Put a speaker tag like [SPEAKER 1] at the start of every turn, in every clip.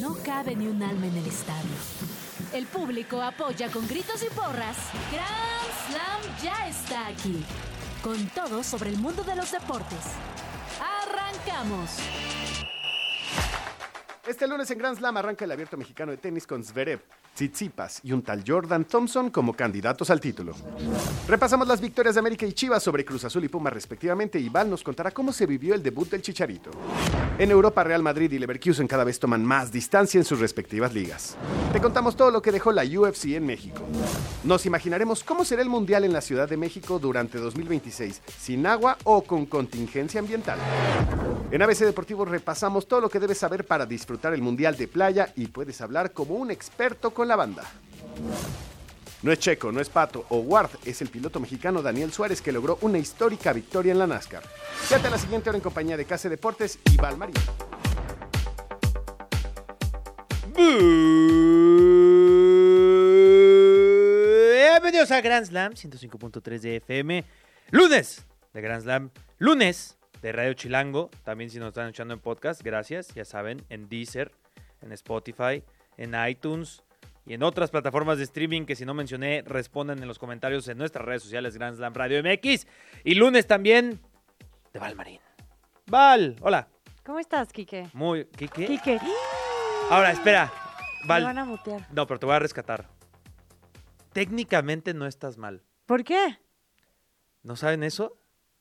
[SPEAKER 1] No cabe ni un alma en el estadio. El público apoya con gritos y porras. Grand Slam ya está aquí. Con todo sobre el mundo de los deportes. ¡Arrancamos!
[SPEAKER 2] Este lunes en Grand Slam arranca el abierto mexicano de tenis con Zverev, Tsitsipas y un tal Jordan Thompson como candidatos al título. Repasamos las victorias de América y Chivas sobre Cruz Azul y Puma respectivamente y Val nos contará cómo se vivió el debut del Chicharito. En Europa, Real Madrid y Leverkusen cada vez toman más distancia en sus respectivas ligas. Te contamos todo lo que dejó la UFC en México. Nos imaginaremos cómo será el Mundial en la Ciudad de México durante 2026, sin agua o con contingencia ambiental. En ABC Deportivo repasamos todo lo que debes saber para disfrutar el Mundial de Playa y puedes hablar como un experto con la banda. No es Checo, no es Pato o Ward, es el piloto mexicano Daniel Suárez que logró una histórica victoria en la NASCAR. Quédate a la siguiente hora en compañía de Case Deportes y Valmarín.
[SPEAKER 3] Bienvenidos a Grand Slam 105.3 de FM. Lunes de Grand Slam. Lunes de Radio Chilango. También si nos están escuchando en podcast, gracias. Ya saben, en Deezer, en Spotify, en iTunes y en otras plataformas de streaming que si no mencioné, respondan en los comentarios en nuestras redes sociales Grand Slam Radio MX. Y lunes también de Val Marín. Val, hola.
[SPEAKER 4] ¿Cómo estás, Quique?
[SPEAKER 3] Muy, ¿Quique?
[SPEAKER 4] Quique.
[SPEAKER 3] ah,
[SPEAKER 4] ¡Ah!
[SPEAKER 3] Ahora, espera.
[SPEAKER 4] Me
[SPEAKER 3] Val,
[SPEAKER 4] van a mutear.
[SPEAKER 3] no, pero te voy a rescatar. Técnicamente no estás mal.
[SPEAKER 4] ¿Por qué?
[SPEAKER 3] ¿No saben eso?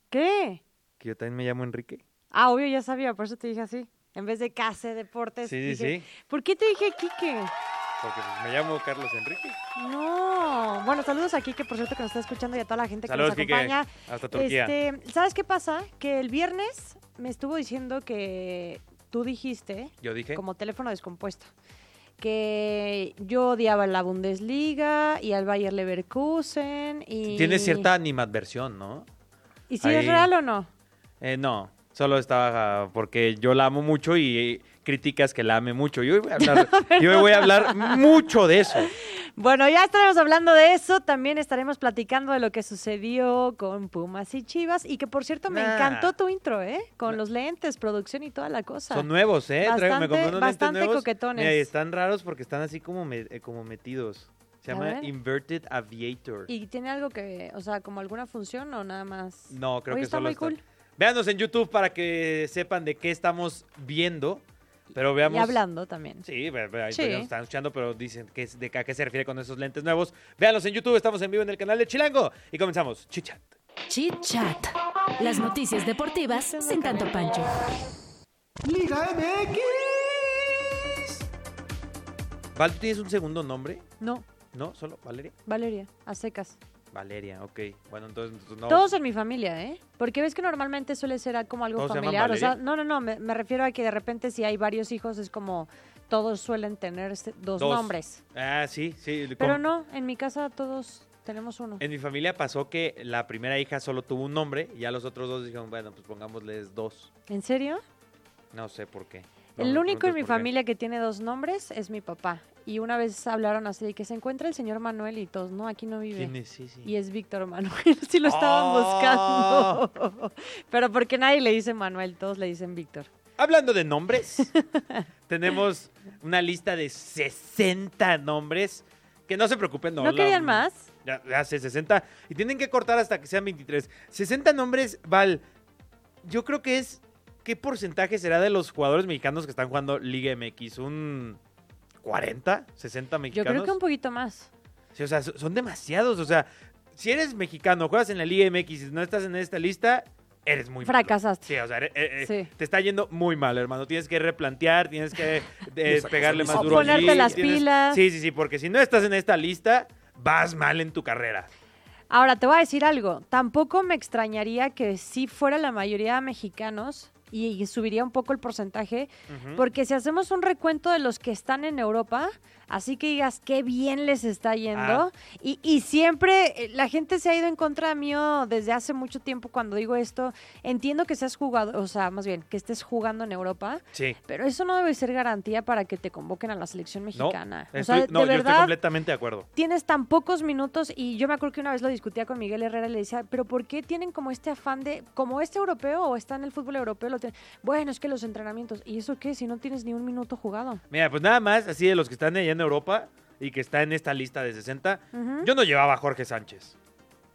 [SPEAKER 4] ¿Qué?
[SPEAKER 3] Que yo también me llamo Enrique.
[SPEAKER 4] Ah, obvio, ya sabía, por eso te dije así. En vez de case, deportes.
[SPEAKER 3] Sí, sí,
[SPEAKER 4] dije,
[SPEAKER 3] sí.
[SPEAKER 4] ¿Por qué te dije Quique?
[SPEAKER 3] Porque pues, me llamo Carlos Enrique.
[SPEAKER 4] No. Bueno, saludos a Quique, por cierto, que nos está escuchando y a toda la gente
[SPEAKER 3] Saludos,
[SPEAKER 4] que nos
[SPEAKER 3] Quique.
[SPEAKER 4] acompaña.
[SPEAKER 3] Hasta Turquía.
[SPEAKER 4] Este, ¿Sabes qué pasa? Que el viernes me estuvo diciendo que tú dijiste,
[SPEAKER 3] Yo dije.
[SPEAKER 4] como teléfono descompuesto, que yo odiaba la Bundesliga y al Bayer Leverkusen. Y,
[SPEAKER 3] "Pues, Tienes cierta animadversión, ¿no?
[SPEAKER 4] ¿Y si
[SPEAKER 3] ahí.
[SPEAKER 4] es real o no?
[SPEAKER 3] Eh, no, solo estaba porque yo la amo mucho y eh, criticas que la ame mucho. Yo voy a hablar, yo hoy voy a hablar mucho de eso.
[SPEAKER 4] Bueno, ya estaremos hablando de eso. También estaremos platicando de lo que sucedió con Pumas y Chivas. Y que, por cierto, me
[SPEAKER 3] Nah.
[SPEAKER 4] encantó tu intro, ¿eh? Con los lentes, producción y toda la cosa.
[SPEAKER 3] Son nuevos, ¿eh? Traigo-
[SPEAKER 4] bastante-
[SPEAKER 3] compré unos lentes
[SPEAKER 4] bastante
[SPEAKER 3] nuevos.
[SPEAKER 4] coquetones.
[SPEAKER 3] Mira, y están raros porque están así como, me- eh, como metidos. Se
[SPEAKER 4] A
[SPEAKER 3] llama
[SPEAKER 4] ver.
[SPEAKER 3] Inverted Aviator.
[SPEAKER 4] ¿Y tiene algo que, o sea, como alguna función o nada más?
[SPEAKER 3] No, creo
[SPEAKER 4] Oye,
[SPEAKER 3] que
[SPEAKER 4] está
[SPEAKER 3] solo
[SPEAKER 4] muy
[SPEAKER 3] están.
[SPEAKER 4] cool.
[SPEAKER 3] Véanos en YouTube para que sepan de qué estamos viendo. Pero veamos.
[SPEAKER 4] Y hablando también.
[SPEAKER 3] Sí, ve- ve- ahí
[SPEAKER 4] Sí.
[SPEAKER 3] todavía nos están escuchando, pero dicen que es- de a qué se refiere con esos lentes nuevos. Véanlos en YouTube, estamos en vivo en el canal de Chilango. Y comenzamos. Chichat.
[SPEAKER 1] Chit Chat. Las noticias deportivas sin tanto pancho.
[SPEAKER 2] Liga MX.
[SPEAKER 3] Val, ¿tú tienes un segundo nombre?
[SPEAKER 4] No,
[SPEAKER 3] ¿No? ¿Solo Valeria?
[SPEAKER 4] Valeria, a secas.
[SPEAKER 3] Valeria, ok. Bueno, entonces tú no.
[SPEAKER 4] Todos en mi familia, ¿eh? Porque ves que normalmente suele ser como algo
[SPEAKER 3] ¿Todos se llaman
[SPEAKER 4] familiar. O sea,
[SPEAKER 3] Valeria?
[SPEAKER 4] no, no, no, me, me refiero a que de repente si hay varios hijos es como todos suelen tener este- dos,
[SPEAKER 3] Dos.
[SPEAKER 4] nombres.
[SPEAKER 3] Ah, sí, sí.
[SPEAKER 4] Pero
[SPEAKER 3] con-
[SPEAKER 4] no, en mi casa todos tenemos uno.
[SPEAKER 3] En mi familia pasó que la primera hija solo tuvo un nombre y ya los otros dos dijeron, bueno, pues pongámosles dos.
[SPEAKER 4] ¿En serio?
[SPEAKER 3] No sé por qué. No
[SPEAKER 4] El
[SPEAKER 3] me
[SPEAKER 4] único en
[SPEAKER 3] preguntes
[SPEAKER 4] mi
[SPEAKER 3] por qué.
[SPEAKER 4] familia que tiene dos nombres es mi papá. Y una vez hablaron así de que se encuentra el señor Manuel y todos, no, aquí no vive.
[SPEAKER 3] ¿Quién es? Sí, sí.
[SPEAKER 4] Y es Víctor Manuel, si lo estaban
[SPEAKER 3] ¡Ah!
[SPEAKER 4] buscando. Pero porque nadie le dice Manuel, todos le dicen Víctor.
[SPEAKER 3] Hablando de nombres, tenemos una lista de 60 nombres. Que no se preocupen, no.
[SPEAKER 4] ¿No
[SPEAKER 3] la-
[SPEAKER 4] querían más?
[SPEAKER 3] Ya, ya sé, 60. Y tienen que cortar hasta que sean 23. 60 nombres, Val. Yo creo que es. ¿Qué porcentaje será de los jugadores mexicanos que están jugando Liga MX? ¿Un 40? ¿60
[SPEAKER 4] Yo
[SPEAKER 3] mexicanos?
[SPEAKER 4] creo que un poquito más.
[SPEAKER 3] Sí, o sea, so- son demasiados. O sea, si eres mexicano, juegas en la Liga MX y no estás en esta lista, eres muy malo.
[SPEAKER 4] Fracasaste.
[SPEAKER 3] Sí, o sea, eres- eh, eh,
[SPEAKER 4] Sí.
[SPEAKER 3] te está yendo muy mal, hermano. Tienes que replantear, tienes que eh, pegarle más
[SPEAKER 4] O
[SPEAKER 3] duro. al
[SPEAKER 4] ponerte
[SPEAKER 3] lead,
[SPEAKER 4] las pilas.
[SPEAKER 3] Sí, sí, sí, porque si no estás en esta lista, vas mal en tu carrera.
[SPEAKER 4] Ahora, te voy a decir algo. Tampoco me extrañaría que sí fuera la mayoría mexicanos y, y subiría un poco el porcentaje,
[SPEAKER 3] Ujú.
[SPEAKER 4] porque si hacemos un recuento de los que están en Europa, así que digas qué bien les está
[SPEAKER 3] Ah.
[SPEAKER 4] yendo, y, y siempre eh, la gente se ha ido en contra mío desde hace mucho tiempo cuando digo esto, entiendo que seas jugado, o sea, más bien, que estés jugando en Europa,
[SPEAKER 3] Sí.
[SPEAKER 4] pero eso no debe ser garantía para que te convoquen a la selección
[SPEAKER 3] No,
[SPEAKER 4] mexicana. o
[SPEAKER 3] estoy-
[SPEAKER 4] sea, de-
[SPEAKER 3] no,
[SPEAKER 4] de
[SPEAKER 3] yo estoy
[SPEAKER 4] verdad,
[SPEAKER 3] completamente de acuerdo.
[SPEAKER 4] tienes tan pocos minutos y yo me acuerdo que una vez lo discutía con Miguel Herrera y le decía, pero ¿por qué tienen como este afán de, como este europeo o está en el fútbol europeo, lo lo tiene. Bueno, es que los entrenamientos. ¿Y eso qué? Si no tienes ni un minuto jugado.
[SPEAKER 3] Mira, pues nada más, así de los que están allá en Europa y que está en esta lista de 60,
[SPEAKER 4] Ujú.
[SPEAKER 3] yo no llevaba a Jorge Sánchez.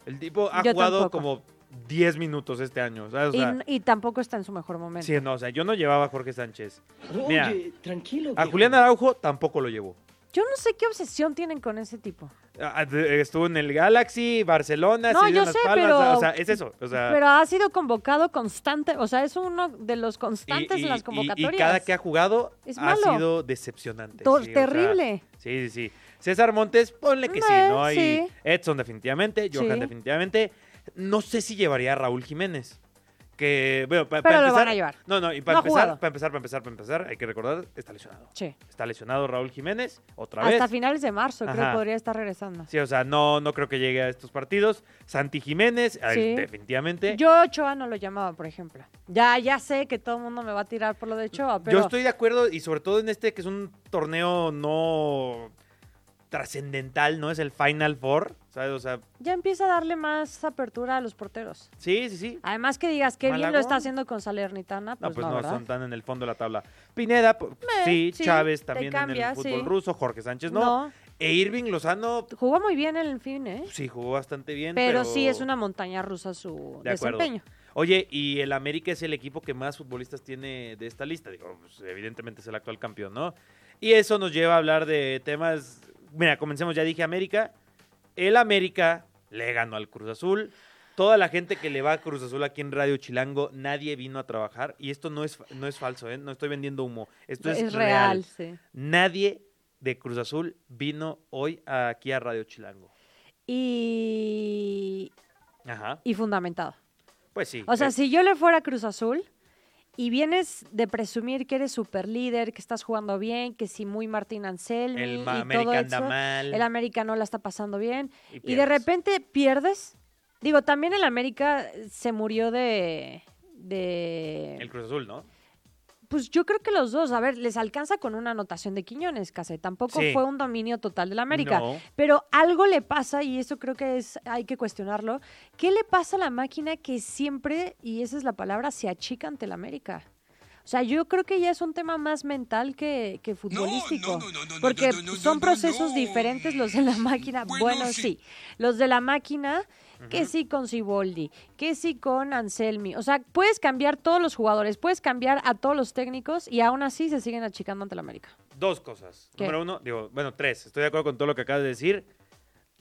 [SPEAKER 3] El tipo ha
[SPEAKER 4] Yo
[SPEAKER 3] jugado
[SPEAKER 4] tampoco.
[SPEAKER 3] como 10 minutos este año. ¿sabes? O
[SPEAKER 4] Y,
[SPEAKER 3] sea,
[SPEAKER 4] n- y tampoco está en su mejor momento.
[SPEAKER 3] sí, no, o sea, yo no llevaba a Jorge Sánchez. Mira,
[SPEAKER 5] Oye, tranquilo.
[SPEAKER 3] A
[SPEAKER 5] viejo.
[SPEAKER 3] Julián Araujo tampoco lo llevó.
[SPEAKER 4] Yo no sé qué obsesión tienen con ese tipo.
[SPEAKER 3] Ah, de- Estuvo en el Galaxy, Barcelona,
[SPEAKER 4] No,
[SPEAKER 3] se dio
[SPEAKER 4] yo
[SPEAKER 3] las
[SPEAKER 4] sé,
[SPEAKER 3] palmas,
[SPEAKER 4] pero-
[SPEAKER 3] O sea, es eso. O sea,
[SPEAKER 4] Pero ha sido convocado constante. O sea, es uno de los constantes en las convocatorias.
[SPEAKER 3] y cada que ha jugado
[SPEAKER 4] Es
[SPEAKER 3] ha
[SPEAKER 4] malo.
[SPEAKER 3] sido decepcionante.
[SPEAKER 4] Tor-
[SPEAKER 3] sí, o sea,
[SPEAKER 4] terrible.
[SPEAKER 3] sí, sí, sí. César Montes, ponle que sí,
[SPEAKER 4] Eh,
[SPEAKER 3] ¿no? Y
[SPEAKER 4] sí.
[SPEAKER 3] Edson definitivamente, Johan
[SPEAKER 4] Sí.
[SPEAKER 3] definitivamente. No sé si llevaría a Raúl Jiménez. Que, bueno, pa-
[SPEAKER 4] Pero
[SPEAKER 3] para
[SPEAKER 4] lo
[SPEAKER 3] empezar,
[SPEAKER 4] van a llevar.
[SPEAKER 3] No, no, y para
[SPEAKER 4] No ha
[SPEAKER 3] empezar,
[SPEAKER 4] jugado.
[SPEAKER 3] para empezar, para empezar, para empezar, hay que recordar, está lesionado.
[SPEAKER 4] Sí.
[SPEAKER 3] Está lesionado Raúl Jiménez, otra vez.
[SPEAKER 4] Hasta finales de marzo creo
[SPEAKER 3] Ajá.
[SPEAKER 4] que podría estar regresando.
[SPEAKER 3] Sí, o sea, no, no creo que llegue a estos partidos. Santi Jiménez, a él
[SPEAKER 4] Sí.
[SPEAKER 3] definitivamente.
[SPEAKER 4] Yo a Ochoa no lo llamaba, por ejemplo. Ya, ya sé que todo el mundo me va a tirar por lo de Ochoa, pero
[SPEAKER 3] Yo estoy de acuerdo y sobre todo en este que es un torneo no trascendental, ¿no? Es el Final Four, ¿sabes? O sea,
[SPEAKER 4] ya empieza a darle más apertura a los porteros.
[SPEAKER 3] sí, sí, sí.
[SPEAKER 4] Además que digas qué bien lo
[SPEAKER 3] Malagón.
[SPEAKER 4] está haciendo con Salernitana,
[SPEAKER 3] No,
[SPEAKER 4] pues no,
[SPEAKER 3] pues no,
[SPEAKER 4] ¿verdad?
[SPEAKER 3] son tan en el fondo de la tabla. Pineda, po- sí,
[SPEAKER 4] sí,
[SPEAKER 3] Chávez
[SPEAKER 4] te
[SPEAKER 3] también en
[SPEAKER 4] cambia,
[SPEAKER 3] el fútbol
[SPEAKER 4] sí.
[SPEAKER 3] ruso, Jorge Sánchez no.
[SPEAKER 4] No.
[SPEAKER 3] E Irving Lozano
[SPEAKER 4] Jugó muy bien el fin, ¿eh?
[SPEAKER 3] sí jugó bastante bien. Pues Pero,
[SPEAKER 4] Pero, sí es una montaña rusa su
[SPEAKER 3] De acuerdo.
[SPEAKER 4] desempeño.
[SPEAKER 3] Oye, y el América es el equipo que más futbolistas tiene de esta lista. Digo, pues, evidentemente es el actual campeón, ¿no? Y eso nos lleva a hablar de temas. Mira, comencemos, ya dije América. El América le ganó al Cruz Azul. Toda la gente que le va a Cruz Azul aquí en Radio Chilango, nadie vino a trabajar. Y esto no es, fa- no es falso, ¿eh? No estoy vendiendo humo. Esto es, real.
[SPEAKER 4] sí.
[SPEAKER 3] Nadie de Cruz Azul vino hoy aquí a Radio Chilango.
[SPEAKER 4] Y...
[SPEAKER 3] Ajá.
[SPEAKER 4] y fundamentado.
[SPEAKER 3] Pues sí.
[SPEAKER 4] O sea,
[SPEAKER 3] Eh,
[SPEAKER 4] si yo le fuera a Cruz Azul y vienes de presumir que eres super líder, que estás jugando bien, que si muy Martín Anselmi
[SPEAKER 3] El
[SPEAKER 4] y
[SPEAKER 3] ma-
[SPEAKER 4] todo
[SPEAKER 3] América anda
[SPEAKER 4] eso,
[SPEAKER 3] mal.
[SPEAKER 4] el América no la está pasando bien
[SPEAKER 3] Y
[SPEAKER 4] y, de
[SPEAKER 3] pierdes.
[SPEAKER 4] repente pierdes. Digo, también el América se murió de de
[SPEAKER 3] El Cruz Azul, ¿no?
[SPEAKER 4] pues yo creo que los dos, a ver, les alcanza con una anotación de Quiñones, casi. Tampoco
[SPEAKER 3] Sí.
[SPEAKER 4] fue un dominio total del América.
[SPEAKER 3] No.
[SPEAKER 4] Pero algo le pasa, y eso creo que es, hay que cuestionarlo. ¿Qué le pasa a la máquina que siempre, y esa es la palabra, se achica ante el América? O sea, yo creo que ya es un tema más mental que, que futbolístico.
[SPEAKER 6] no, no, no,
[SPEAKER 4] porque
[SPEAKER 6] no, no, no,
[SPEAKER 4] son
[SPEAKER 6] no,
[SPEAKER 4] procesos
[SPEAKER 6] no.
[SPEAKER 4] diferentes los de la máquina. Bueno,
[SPEAKER 6] Bueno,
[SPEAKER 4] sí.
[SPEAKER 6] sí.
[SPEAKER 4] Los de la máquina, que sí con Siboldi, que sí con Anselmi. O sea, puedes cambiar todos los jugadores, puedes cambiar a todos los técnicos y aún así se siguen achicando ante el América.
[SPEAKER 3] Dos cosas.
[SPEAKER 4] ¿Qué?
[SPEAKER 3] Número uno, digo, bueno, tres. Estoy de acuerdo con todo lo que acabas de decir.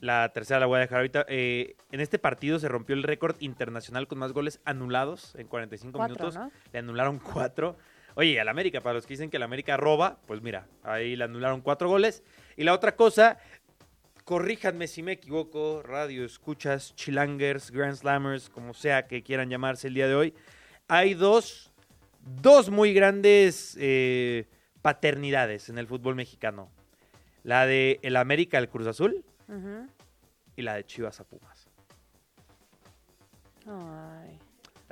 [SPEAKER 3] La tercera la voy a dejar ahorita. Eh, en este partido se rompió el récord internacional con más goles anulados en 45
[SPEAKER 4] Cuatro,
[SPEAKER 3] minutos.
[SPEAKER 4] ¿no?
[SPEAKER 3] Le anularon cuatro. Oye, y al América, para los que dicen que el América roba, pues mira, ahí le anularon cuatro goles. Y la otra cosa, corríjanme si me equivoco, radio escuchas, chilangers, grand slammers, como sea que quieran llamarse el día de hoy, hay dos, dos muy grandes eh, paternidades en el fútbol mexicano. La de el América al Cruz Azul
[SPEAKER 4] Ujú.
[SPEAKER 3] y la de Chivas a Pumas.
[SPEAKER 4] Ay.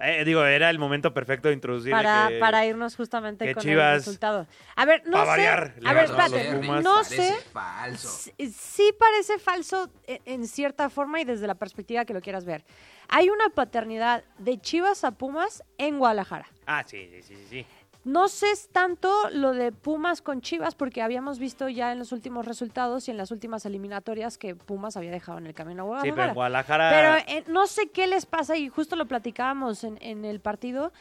[SPEAKER 3] Eh, digo, era el momento perfecto de introducir a
[SPEAKER 4] para,
[SPEAKER 3] que-
[SPEAKER 4] para irnos justamente
[SPEAKER 3] que
[SPEAKER 4] con
[SPEAKER 3] Chivas,
[SPEAKER 4] el resultado. A ver, no
[SPEAKER 3] pa'
[SPEAKER 4] sé.
[SPEAKER 3] variar, le
[SPEAKER 4] a ver,
[SPEAKER 3] ganó a los
[SPEAKER 4] espérate.
[SPEAKER 3] Pumas.
[SPEAKER 4] No
[SPEAKER 6] Parece
[SPEAKER 4] sé.
[SPEAKER 6] Falso.
[SPEAKER 4] s- Sí parece falso e- en cierta forma y desde la perspectiva que lo quieras ver. Hay una paternidad de Chivas a Pumas en Guadalajara.
[SPEAKER 3] Ah, sí, sí, sí, sí, sí.
[SPEAKER 4] No sé es tanto lo de Pumas con Chivas porque habíamos visto ya en los últimos resultados y en las últimas eliminatorias que Pumas había dejado en el camino a
[SPEAKER 3] Sí,
[SPEAKER 4] Guadalajara.
[SPEAKER 3] pero en Guadalajara...
[SPEAKER 4] Pero eh, no sé qué les pasa y justo lo platicábamos en, en el partido.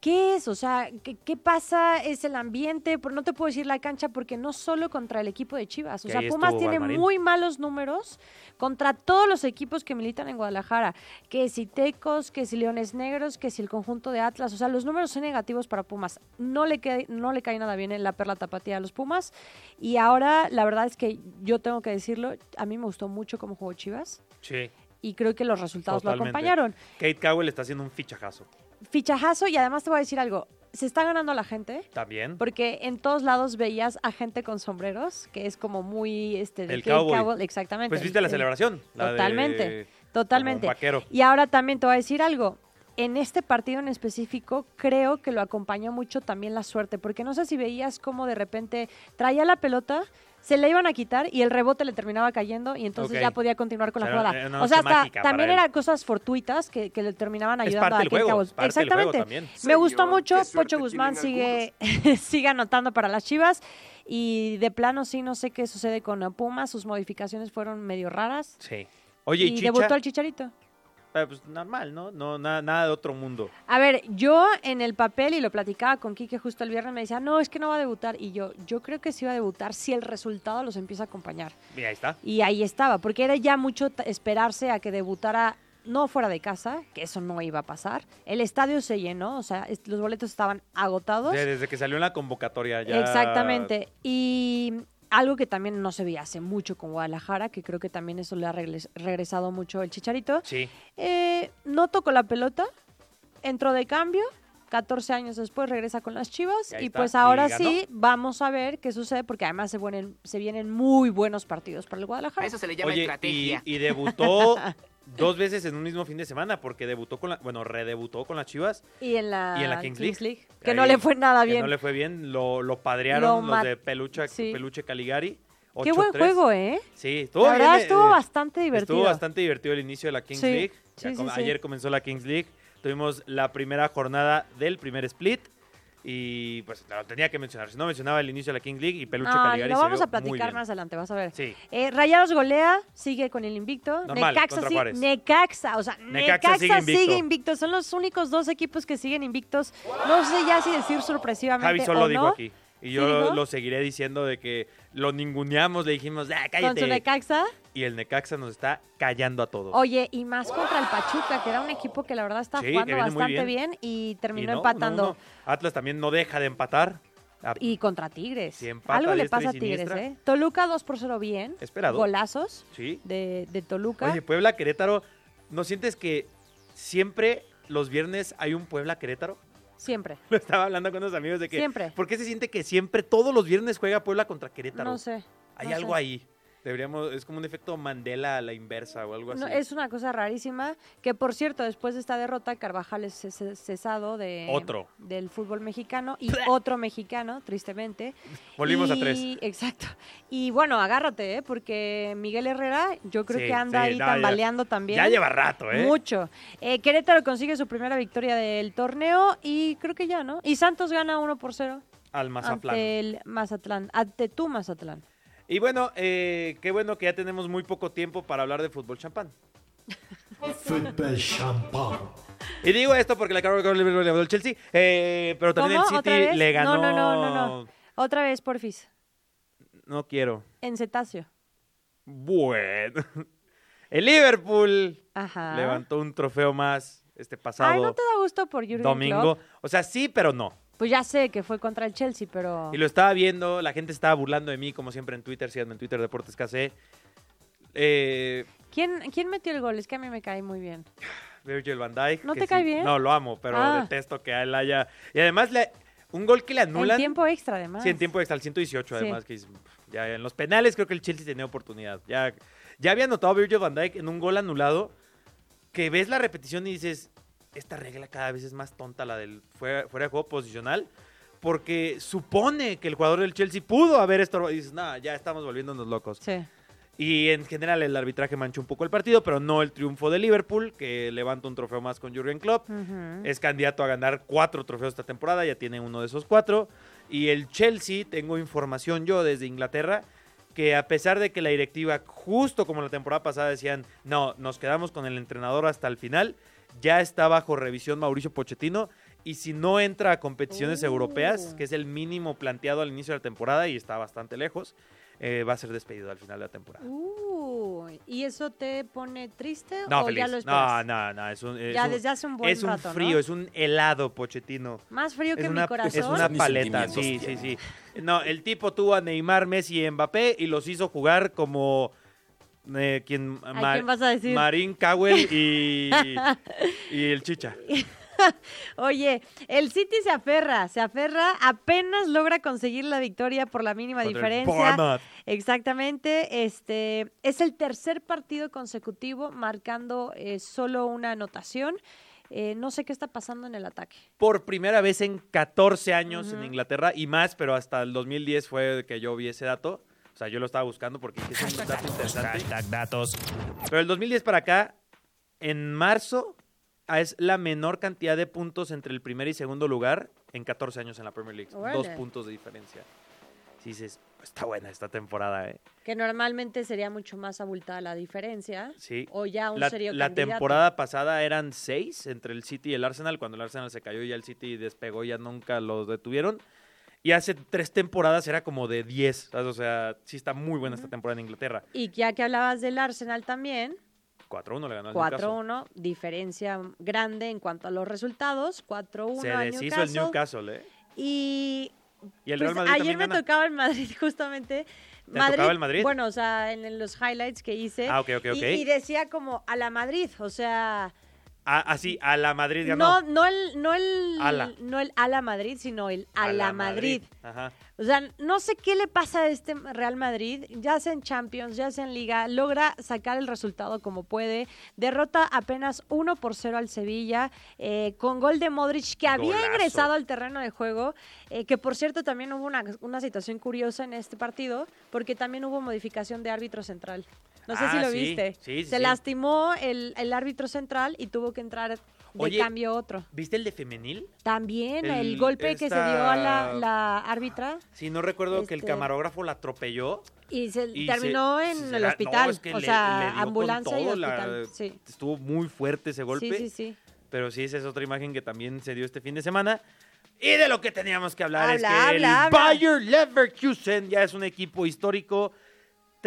[SPEAKER 4] ¿Qué es? O sea, ¿qué, qué pasa? ¿Es el ambiente? Por- No te puedo decir la cancha porque no solo contra el equipo de Chivas. O
[SPEAKER 3] Que
[SPEAKER 4] sea,
[SPEAKER 3] ahí
[SPEAKER 4] Pumas
[SPEAKER 3] estuvo
[SPEAKER 4] tiene
[SPEAKER 3] Galvarín.
[SPEAKER 4] muy malos números contra todos los equipos que militan en Guadalajara. Que si Tecos, que si Leones Negros, que si el conjunto de Atlas. O sea, los números son negativos para Pumas. No le, cae- no le cae nada bien en la perla tapatía a los Pumas. Y ahora, la verdad es que yo tengo que decirlo, a mí me gustó mucho cómo jugó Chivas
[SPEAKER 3] Sí,
[SPEAKER 4] y creo que los resultados
[SPEAKER 3] totalmente.
[SPEAKER 4] eh, lo acompañaron.
[SPEAKER 3] Kate Cowell está haciendo un fichajazo.
[SPEAKER 4] Fichajazo y además te voy a decir algo, se está ganando la gente
[SPEAKER 3] También.
[SPEAKER 4] porque en todos lados veías a gente con sombreros, que es como muy este de
[SPEAKER 3] El
[SPEAKER 4] Kate
[SPEAKER 3] cowboy.
[SPEAKER 4] Cowell, exactamente.
[SPEAKER 3] Pues viste la
[SPEAKER 4] El-
[SPEAKER 3] celebración. La de-
[SPEAKER 4] Totalmente,
[SPEAKER 3] como un
[SPEAKER 4] totalmente.
[SPEAKER 3] vaquero.
[SPEAKER 4] Y ahora también te voy a decir algo. en este partido en específico creo que lo acompañó mucho también la suerte, porque no sé si veías cómo de repente traía la pelota, se la iban a quitar y el rebote le terminaba cayendo y entonces
[SPEAKER 3] Ok.
[SPEAKER 4] ya podía continuar con
[SPEAKER 3] O sea,
[SPEAKER 4] la
[SPEAKER 3] era
[SPEAKER 4] jugada.
[SPEAKER 3] una
[SPEAKER 4] O sea,
[SPEAKER 3] noche
[SPEAKER 4] hasta
[SPEAKER 3] mágica para
[SPEAKER 4] también
[SPEAKER 3] él.
[SPEAKER 4] eran cosas fortuitas que, que le terminaban
[SPEAKER 3] Es
[SPEAKER 4] ayudando
[SPEAKER 3] parte
[SPEAKER 4] a
[SPEAKER 3] del
[SPEAKER 4] aquel
[SPEAKER 3] juego,
[SPEAKER 4] cabo.
[SPEAKER 3] es parte del juego
[SPEAKER 4] Exactamente.
[SPEAKER 3] también.
[SPEAKER 4] Me gustó
[SPEAKER 5] Señor,
[SPEAKER 4] mucho.
[SPEAKER 5] qué suerte
[SPEAKER 4] Pocho Guzmán
[SPEAKER 5] tienen
[SPEAKER 4] sigue, sigue anotando para las Chivas. Y de plano sí, no sé qué sucede con eh, Pumas. Sus modificaciones fueron medio raras.
[SPEAKER 3] Sí. Oye, y,
[SPEAKER 4] y
[SPEAKER 3] Chicha,
[SPEAKER 4] debutó al Chicharito.
[SPEAKER 3] eh, pues normal, ¿no? No, nada, nada de otro mundo.
[SPEAKER 4] A ver, yo en el papel, y lo platicaba con Quique justo el viernes, me decía, no, es que no va a debutar. Y yo, yo creo que sí va a debutar si el resultado los empieza a acompañar.
[SPEAKER 3] Mira, ahí está.
[SPEAKER 4] Y ahí estaba, porque era ya mucho t- esperarse a que debutara no fuera de casa, que eso no iba a pasar. El estadio se llenó, o sea, es- los boletos estaban agotados.
[SPEAKER 3] Ya Desde que salió en la convocatoria ya.
[SPEAKER 4] Exactamente. Y algo que también no se veía hace mucho con Guadalajara, que creo que también eso le ha regres- regresado mucho el Chicharito,
[SPEAKER 3] Sí.
[SPEAKER 4] eh, no tocó la pelota, entró de cambio, 14 años después regresa con las Chivas
[SPEAKER 3] Y ahí
[SPEAKER 4] y,
[SPEAKER 3] está,
[SPEAKER 4] pues
[SPEAKER 3] y
[SPEAKER 4] ahora
[SPEAKER 3] ganó.
[SPEAKER 4] sí vamos a ver qué sucede porque además se, vienen- se vienen muy buenos partidos para el
[SPEAKER 5] A
[SPEAKER 4] Guadalajara.
[SPEAKER 5] eso se le llama
[SPEAKER 3] Oye, y,
[SPEAKER 5] estrategia.
[SPEAKER 3] y debutó dos veces en un mismo fin de semana, porque debutó con la, bueno, redebutó con las Chivas.
[SPEAKER 4] Y en la,
[SPEAKER 3] y en la Kings League.
[SPEAKER 4] Ah, que
[SPEAKER 3] Ahí,
[SPEAKER 4] no le fue nada
[SPEAKER 3] que
[SPEAKER 4] bien.
[SPEAKER 3] no le fue bien, lo, lo padrearon
[SPEAKER 4] Lo
[SPEAKER 3] los
[SPEAKER 4] mat-
[SPEAKER 3] de Peluche,
[SPEAKER 4] sí.
[SPEAKER 3] Peluche Caligari.
[SPEAKER 4] Qué buen
[SPEAKER 3] 8-3.
[SPEAKER 4] juego, ¿eh?
[SPEAKER 3] Sí, estuvo
[SPEAKER 4] La verdad
[SPEAKER 3] bien, eh,
[SPEAKER 4] estuvo
[SPEAKER 3] eh,
[SPEAKER 4] bastante divertido.
[SPEAKER 3] Estuvo bastante divertido el inicio de la Kings
[SPEAKER 4] Sí,
[SPEAKER 3] League. Ya
[SPEAKER 4] sí,
[SPEAKER 3] com-
[SPEAKER 4] sí, sí.
[SPEAKER 3] ayer comenzó la Kings League. Tuvimos la primera jornada del primer split. Y pues lo tenía que mencionar. Si no mencionaba el inicio de la Kings League y Peluche
[SPEAKER 4] Ay,
[SPEAKER 3] Caligari.
[SPEAKER 4] lo
[SPEAKER 3] se
[SPEAKER 4] vamos
[SPEAKER 3] vio
[SPEAKER 4] a
[SPEAKER 3] muy
[SPEAKER 4] platicar
[SPEAKER 3] bien.
[SPEAKER 4] más adelante, vas a ver.
[SPEAKER 3] Sí.
[SPEAKER 4] Eh, Rayados golea, sigue con el invicto.
[SPEAKER 3] Normal,
[SPEAKER 4] Necaxa,
[SPEAKER 3] contra
[SPEAKER 4] sí,
[SPEAKER 3] Juárez.
[SPEAKER 4] Necaxa, o sea,
[SPEAKER 3] Necaxa
[SPEAKER 4] Necaxa,
[SPEAKER 3] sigue invicto.
[SPEAKER 4] sigue, invicto. Son los únicos dos equipos que siguen invictos. No sé ya si decir sorpresivamente
[SPEAKER 3] Javi
[SPEAKER 4] o
[SPEAKER 3] solo
[SPEAKER 4] no.
[SPEAKER 3] dijo aquí. Y yo
[SPEAKER 4] ¿Sí dijo?
[SPEAKER 3] lo seguiré diciendo de que lo ninguneamos, le dijimos, "Ah,
[SPEAKER 4] Con su
[SPEAKER 3] cállate.
[SPEAKER 4] Necaxa.
[SPEAKER 3] Y el Necaxa nos está callando a todos.
[SPEAKER 4] Oye, y más contra el Pachuca, que era un equipo que la verdad está
[SPEAKER 3] Sí, que
[SPEAKER 4] jugando
[SPEAKER 3] viene muy
[SPEAKER 4] bastante bien. y
[SPEAKER 3] Y
[SPEAKER 4] terminó
[SPEAKER 3] no,
[SPEAKER 4] empatando.
[SPEAKER 3] no, no. Atlas también no deja de empatar. Ah,
[SPEAKER 4] Y contra Tigres.
[SPEAKER 3] Si empata
[SPEAKER 4] Algo le
[SPEAKER 3] diestra
[SPEAKER 4] pasa a
[SPEAKER 3] y
[SPEAKER 4] Tigres,
[SPEAKER 3] siniestra.
[SPEAKER 4] ¿eh? Toluca 2 por 0 bien.
[SPEAKER 3] Esperado.
[SPEAKER 4] Golazos
[SPEAKER 3] Sí.
[SPEAKER 4] de, de Toluca.
[SPEAKER 3] Oye, Puebla Querétaro, ¿no sientes que siempre los viernes hay un Puebla Querétaro?
[SPEAKER 4] Siempre.
[SPEAKER 3] Lo estaba hablando con unos amigos de que.
[SPEAKER 4] Siempre.
[SPEAKER 3] ¿Por qué se siente que siempre todos los viernes juega Puebla contra Querétaro?
[SPEAKER 4] No sé.
[SPEAKER 3] Hay
[SPEAKER 4] no
[SPEAKER 3] algo
[SPEAKER 4] sé.
[SPEAKER 3] ahí. Deberíamos, es como un efecto Mandela a la inversa o algo así.
[SPEAKER 4] No, es una cosa rarísima. Que por cierto, después de esta derrota, Carvajal es ces- cesado de,
[SPEAKER 3] Otro.
[SPEAKER 4] del fútbol mexicano y otro mexicano, tristemente.
[SPEAKER 3] Volvimos a
[SPEAKER 4] Y-
[SPEAKER 3] tres.
[SPEAKER 4] Exacto. Y bueno, agárrate, ¿eh? porque Miguel Herrera, yo creo
[SPEAKER 3] Sí,
[SPEAKER 4] que anda
[SPEAKER 3] sí,
[SPEAKER 4] ahí
[SPEAKER 3] no, ya-
[SPEAKER 4] tambaleando también.
[SPEAKER 3] Ya lleva rato, ¿eh?
[SPEAKER 4] Mucho. Eh, Querétaro consigue su primera victoria del torneo y creo que ya, ¿no? Y Santos gana 1 por 0
[SPEAKER 3] Al Mazatlán.
[SPEAKER 4] ante el Mazatlán, ante tu Mazatlán.
[SPEAKER 3] Y bueno, eh, qué bueno que ya tenemos muy poco tiempo para hablar de fútbol champán.
[SPEAKER 6] Football champagne.
[SPEAKER 3] Y digo esto porque le acabo de ganar el Chelsea, eh, pero también
[SPEAKER 4] ¿Cómo?
[SPEAKER 3] el
[SPEAKER 4] ¿Otra
[SPEAKER 3] City
[SPEAKER 4] vez?
[SPEAKER 3] le ganó.
[SPEAKER 4] No, no, no, no, no. Otra vez, porfis,
[SPEAKER 3] No quiero.
[SPEAKER 4] en cetáceo.
[SPEAKER 3] Bueno. El Liverpool
[SPEAKER 4] Ajá.
[SPEAKER 3] levantó un trofeo más este pasado
[SPEAKER 4] Ah. Ay, ¿no te da gusto por Jürgen
[SPEAKER 3] domingo.
[SPEAKER 4] Klopp?
[SPEAKER 3] O sea, sí, pero no.
[SPEAKER 4] Pues ya sé que fue contra el Chelsea, pero...
[SPEAKER 3] Y lo estaba viendo, la gente estaba burlando de mí, como siempre en Twitter, síganme en Twitter Deportes KC. Eh,
[SPEAKER 4] ¿Quién, ¿Quién metió el gol? Es que a mí me cae muy bien.
[SPEAKER 3] Virgil van Dijk.
[SPEAKER 4] ¿No
[SPEAKER 3] que
[SPEAKER 4] te cae bien?
[SPEAKER 3] No, lo amo, pero
[SPEAKER 4] Ah.
[SPEAKER 3] detesto que él haya... Y además, le- un gol que le
[SPEAKER 4] En
[SPEAKER 3] anulan...
[SPEAKER 4] tiempo extra, además.
[SPEAKER 3] Sí, en tiempo extra, al 118
[SPEAKER 4] Sí.
[SPEAKER 3] además, que es- ya en los penales creo que el Chelsea tenía oportunidad. Ya, ya había anotado Virgil van Dijk en un gol anulado que ves la repetición y dices, esta regla cada vez es más tonta la del fuera, fuera de juego posicional porque supone que el jugador del Chelsea pudo haber estorbado y dices, nada, ya estamos volviéndonos locos.
[SPEAKER 4] Sí.
[SPEAKER 3] Y en general el arbitraje manchó un poco el partido, pero no el triunfo de Liverpool, que levanta un trofeo más con Jürgen Klopp.
[SPEAKER 4] Ujú.
[SPEAKER 3] Es candidato a ganar cuatro trofeos esta temporada, ya tiene uno de esos cuatro. Y el Chelsea, tengo información yo desde Inglaterra, que a pesar de que la directiva, justo como la temporada pasada, decían, no, nos quedamos con el entrenador hasta el final, ya está bajo revisión Mauricio Pochettino. Y si no entra a competiciones
[SPEAKER 4] Oh.
[SPEAKER 3] europeas, que es el mínimo planteado al inicio de la temporada y está bastante lejos, eh, va a ser despedido al final de la temporada.
[SPEAKER 4] Uy, ¿Y eso te pone triste
[SPEAKER 3] No,
[SPEAKER 4] o
[SPEAKER 3] feliz.
[SPEAKER 4] ya lo
[SPEAKER 3] no,
[SPEAKER 4] esperas?
[SPEAKER 3] no, no. Es un, es
[SPEAKER 4] ya
[SPEAKER 3] un-
[SPEAKER 4] desde hace un buen
[SPEAKER 3] es un
[SPEAKER 4] rato, ¿no?
[SPEAKER 3] frío, es un helado, Pochettino.
[SPEAKER 4] Más frío que
[SPEAKER 3] es
[SPEAKER 4] mi
[SPEAKER 3] una,
[SPEAKER 4] corazón.
[SPEAKER 3] es una
[SPEAKER 6] Ni
[SPEAKER 3] paleta, sí,
[SPEAKER 6] sentimientos
[SPEAKER 3] sí,
[SPEAKER 6] tiene.
[SPEAKER 3] sí. No, el tipo tuvo a Neymar, Messi y Mbappé y los hizo jugar como... eh, quien,
[SPEAKER 4] ¿A quién vas a decir?
[SPEAKER 3] Marín, Cowell y, y el Chicha.
[SPEAKER 4] Oye, el City se aferra, se aferra, apenas logra conseguir la victoria por la mínima
[SPEAKER 3] Contra el
[SPEAKER 4] diferencia.
[SPEAKER 3] Bournemouth.
[SPEAKER 4] Exactamente, este es el tercer partido consecutivo marcando eh, solo una anotación. Eh, no sé qué está pasando en el ataque.
[SPEAKER 3] Por primera vez en 14 años en Inglaterra y más, pero hasta el 2010 fue que yo vi ese dato. O sea, yo lo estaba buscando porque dije, "Es un dato interesante".
[SPEAKER 5] Hashtag datos.
[SPEAKER 3] Pero el 2010 para acá, en marzo, ah, es la menor cantidad de puntos entre el primer y segundo lugar en 14 años en la Premier League.
[SPEAKER 4] Órale.
[SPEAKER 3] Dos puntos de diferencia. Si dices, está buena esta temporada, ¿eh?
[SPEAKER 4] Que normalmente sería mucho más abultada la diferencia.
[SPEAKER 3] Sí.
[SPEAKER 4] O ya un
[SPEAKER 3] La,
[SPEAKER 4] serio
[SPEAKER 3] la
[SPEAKER 4] candidato.
[SPEAKER 3] temporada pasada eran seis entre el City y el Arsenal. Cuando el Arsenal se cayó y ya el City despegó, ya nunca los detuvieron. Y hace tres temporadas era como de 10. ¿sabes? O sea, sí está muy buena esta temporada en Inglaterra.
[SPEAKER 4] Y ya que hablabas del Arsenal también,
[SPEAKER 3] 4-1 le ganó al Newcastle.
[SPEAKER 4] 4-1, diferencia grande en cuanto a los resultados, 4-1
[SPEAKER 3] Se
[SPEAKER 4] al
[SPEAKER 3] deshizo el Newcastle, ¿eh.
[SPEAKER 4] Y
[SPEAKER 3] Y el
[SPEAKER 4] pues,
[SPEAKER 3] Real Madrid
[SPEAKER 4] ayer
[SPEAKER 3] también
[SPEAKER 4] me
[SPEAKER 3] gana.
[SPEAKER 4] tocaba el Madrid justamente.
[SPEAKER 3] ¿Te tocaba el Madrid?
[SPEAKER 4] Bueno, o sea, en, en los highlights que hice.
[SPEAKER 3] Ah, ok, ok,
[SPEAKER 4] y-
[SPEAKER 3] ok.
[SPEAKER 4] Y, decía como a la Madrid, o sea,
[SPEAKER 3] Ah, así, a la Madrid ganó.
[SPEAKER 4] no, no el, no el,
[SPEAKER 3] Ala.
[SPEAKER 4] no el a la Madrid, sino el a, la Madrid.
[SPEAKER 3] Ajá.
[SPEAKER 4] O sea, no sé qué le pasa a este Real Madrid, ya sea en Champions, ya sea en Liga, logra sacar el resultado como puede, derrota apenas 1 por 0 al Sevilla, eh, con gol de Modric que había
[SPEAKER 3] Golazo.
[SPEAKER 4] ingresado al terreno de juego, eh, que por cierto también hubo una, una situación curiosa en este partido, porque también hubo modificación de árbitro central. No sé si
[SPEAKER 3] Ah,
[SPEAKER 4] lo
[SPEAKER 3] sí,
[SPEAKER 4] viste.
[SPEAKER 3] sí, sí,
[SPEAKER 4] Se
[SPEAKER 3] sí.
[SPEAKER 4] lastimó el, el árbitro central y tuvo que entrar de
[SPEAKER 3] Oye,
[SPEAKER 4] cambio otro.
[SPEAKER 3] ¿Viste el de femenil?
[SPEAKER 4] También el,
[SPEAKER 3] el-
[SPEAKER 4] golpe que se dio a la,
[SPEAKER 3] esta-
[SPEAKER 4] la árbitra.
[SPEAKER 3] Sí, no recuerdo que el
[SPEAKER 4] Este-
[SPEAKER 3] camarógrafo la atropelló.
[SPEAKER 4] Y se
[SPEAKER 3] y
[SPEAKER 4] terminó
[SPEAKER 3] se-
[SPEAKER 4] en
[SPEAKER 3] se
[SPEAKER 4] el
[SPEAKER 3] la-
[SPEAKER 4] hospital.
[SPEAKER 3] no, es que
[SPEAKER 4] o
[SPEAKER 3] le-
[SPEAKER 4] sea,
[SPEAKER 3] le dio con
[SPEAKER 4] ambulancia y
[SPEAKER 3] todo, la-
[SPEAKER 4] hospital. Sí.
[SPEAKER 3] Estuvo muy fuerte ese golpe.
[SPEAKER 4] Sí, sí, sí.
[SPEAKER 3] Pero sí, esa es otra imagen que también se dio este fin de semana. Y de lo que teníamos que hablar es que
[SPEAKER 4] Habla,
[SPEAKER 3] el
[SPEAKER 4] habla, habla.
[SPEAKER 3] Bayer Leverkusen ya es un equipo histórico.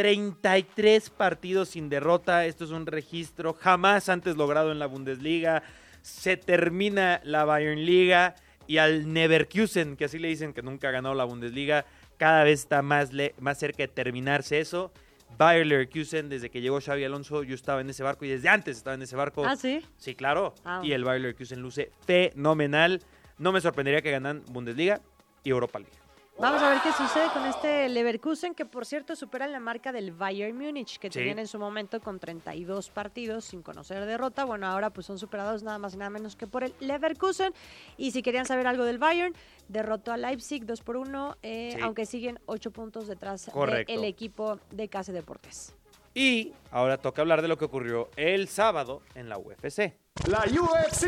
[SPEAKER 3] 33 partidos sin derrota. Esto es un registro jamás antes logrado en la Bundesliga. Se termina la Bayern Liga y al Leverkusen, que así le dicen que nunca ha ganado la Bundesliga, cada vez está más, le- más cerca de terminarse eso. Bayer Leverkusen, desde que llegó Xavi Alonso, yo estaba en ese barco y desde antes estaba en ese barco.
[SPEAKER 4] Ah, sí.
[SPEAKER 3] Sí, claro.
[SPEAKER 4] Ah.
[SPEAKER 3] Y el Bayer Leverkusen luce fenomenal. No me sorprendería que ganan Bundesliga y Europa League.
[SPEAKER 4] Vamos a ver qué sucede con este Leverkusen, que por cierto supera la marca del Bayern Múnich, que
[SPEAKER 3] Sí.
[SPEAKER 4] tenían en su momento con 32 partidos sin conocer derrota. Bueno, ahora pues son superados nada más y nada menos que por el Leverkusen. Y si querían saber algo del Bayern, derrotó a Leipzig 2 por 1, eh,
[SPEAKER 3] Sí.
[SPEAKER 4] aunque siguen 8 puntos detrás del
[SPEAKER 3] Correcto.
[SPEAKER 4] equipo de Case Deportes.
[SPEAKER 3] Y ahora toca hablar de lo que ocurrió el sábado en la UFC. Esa
[SPEAKER 2] La UFC.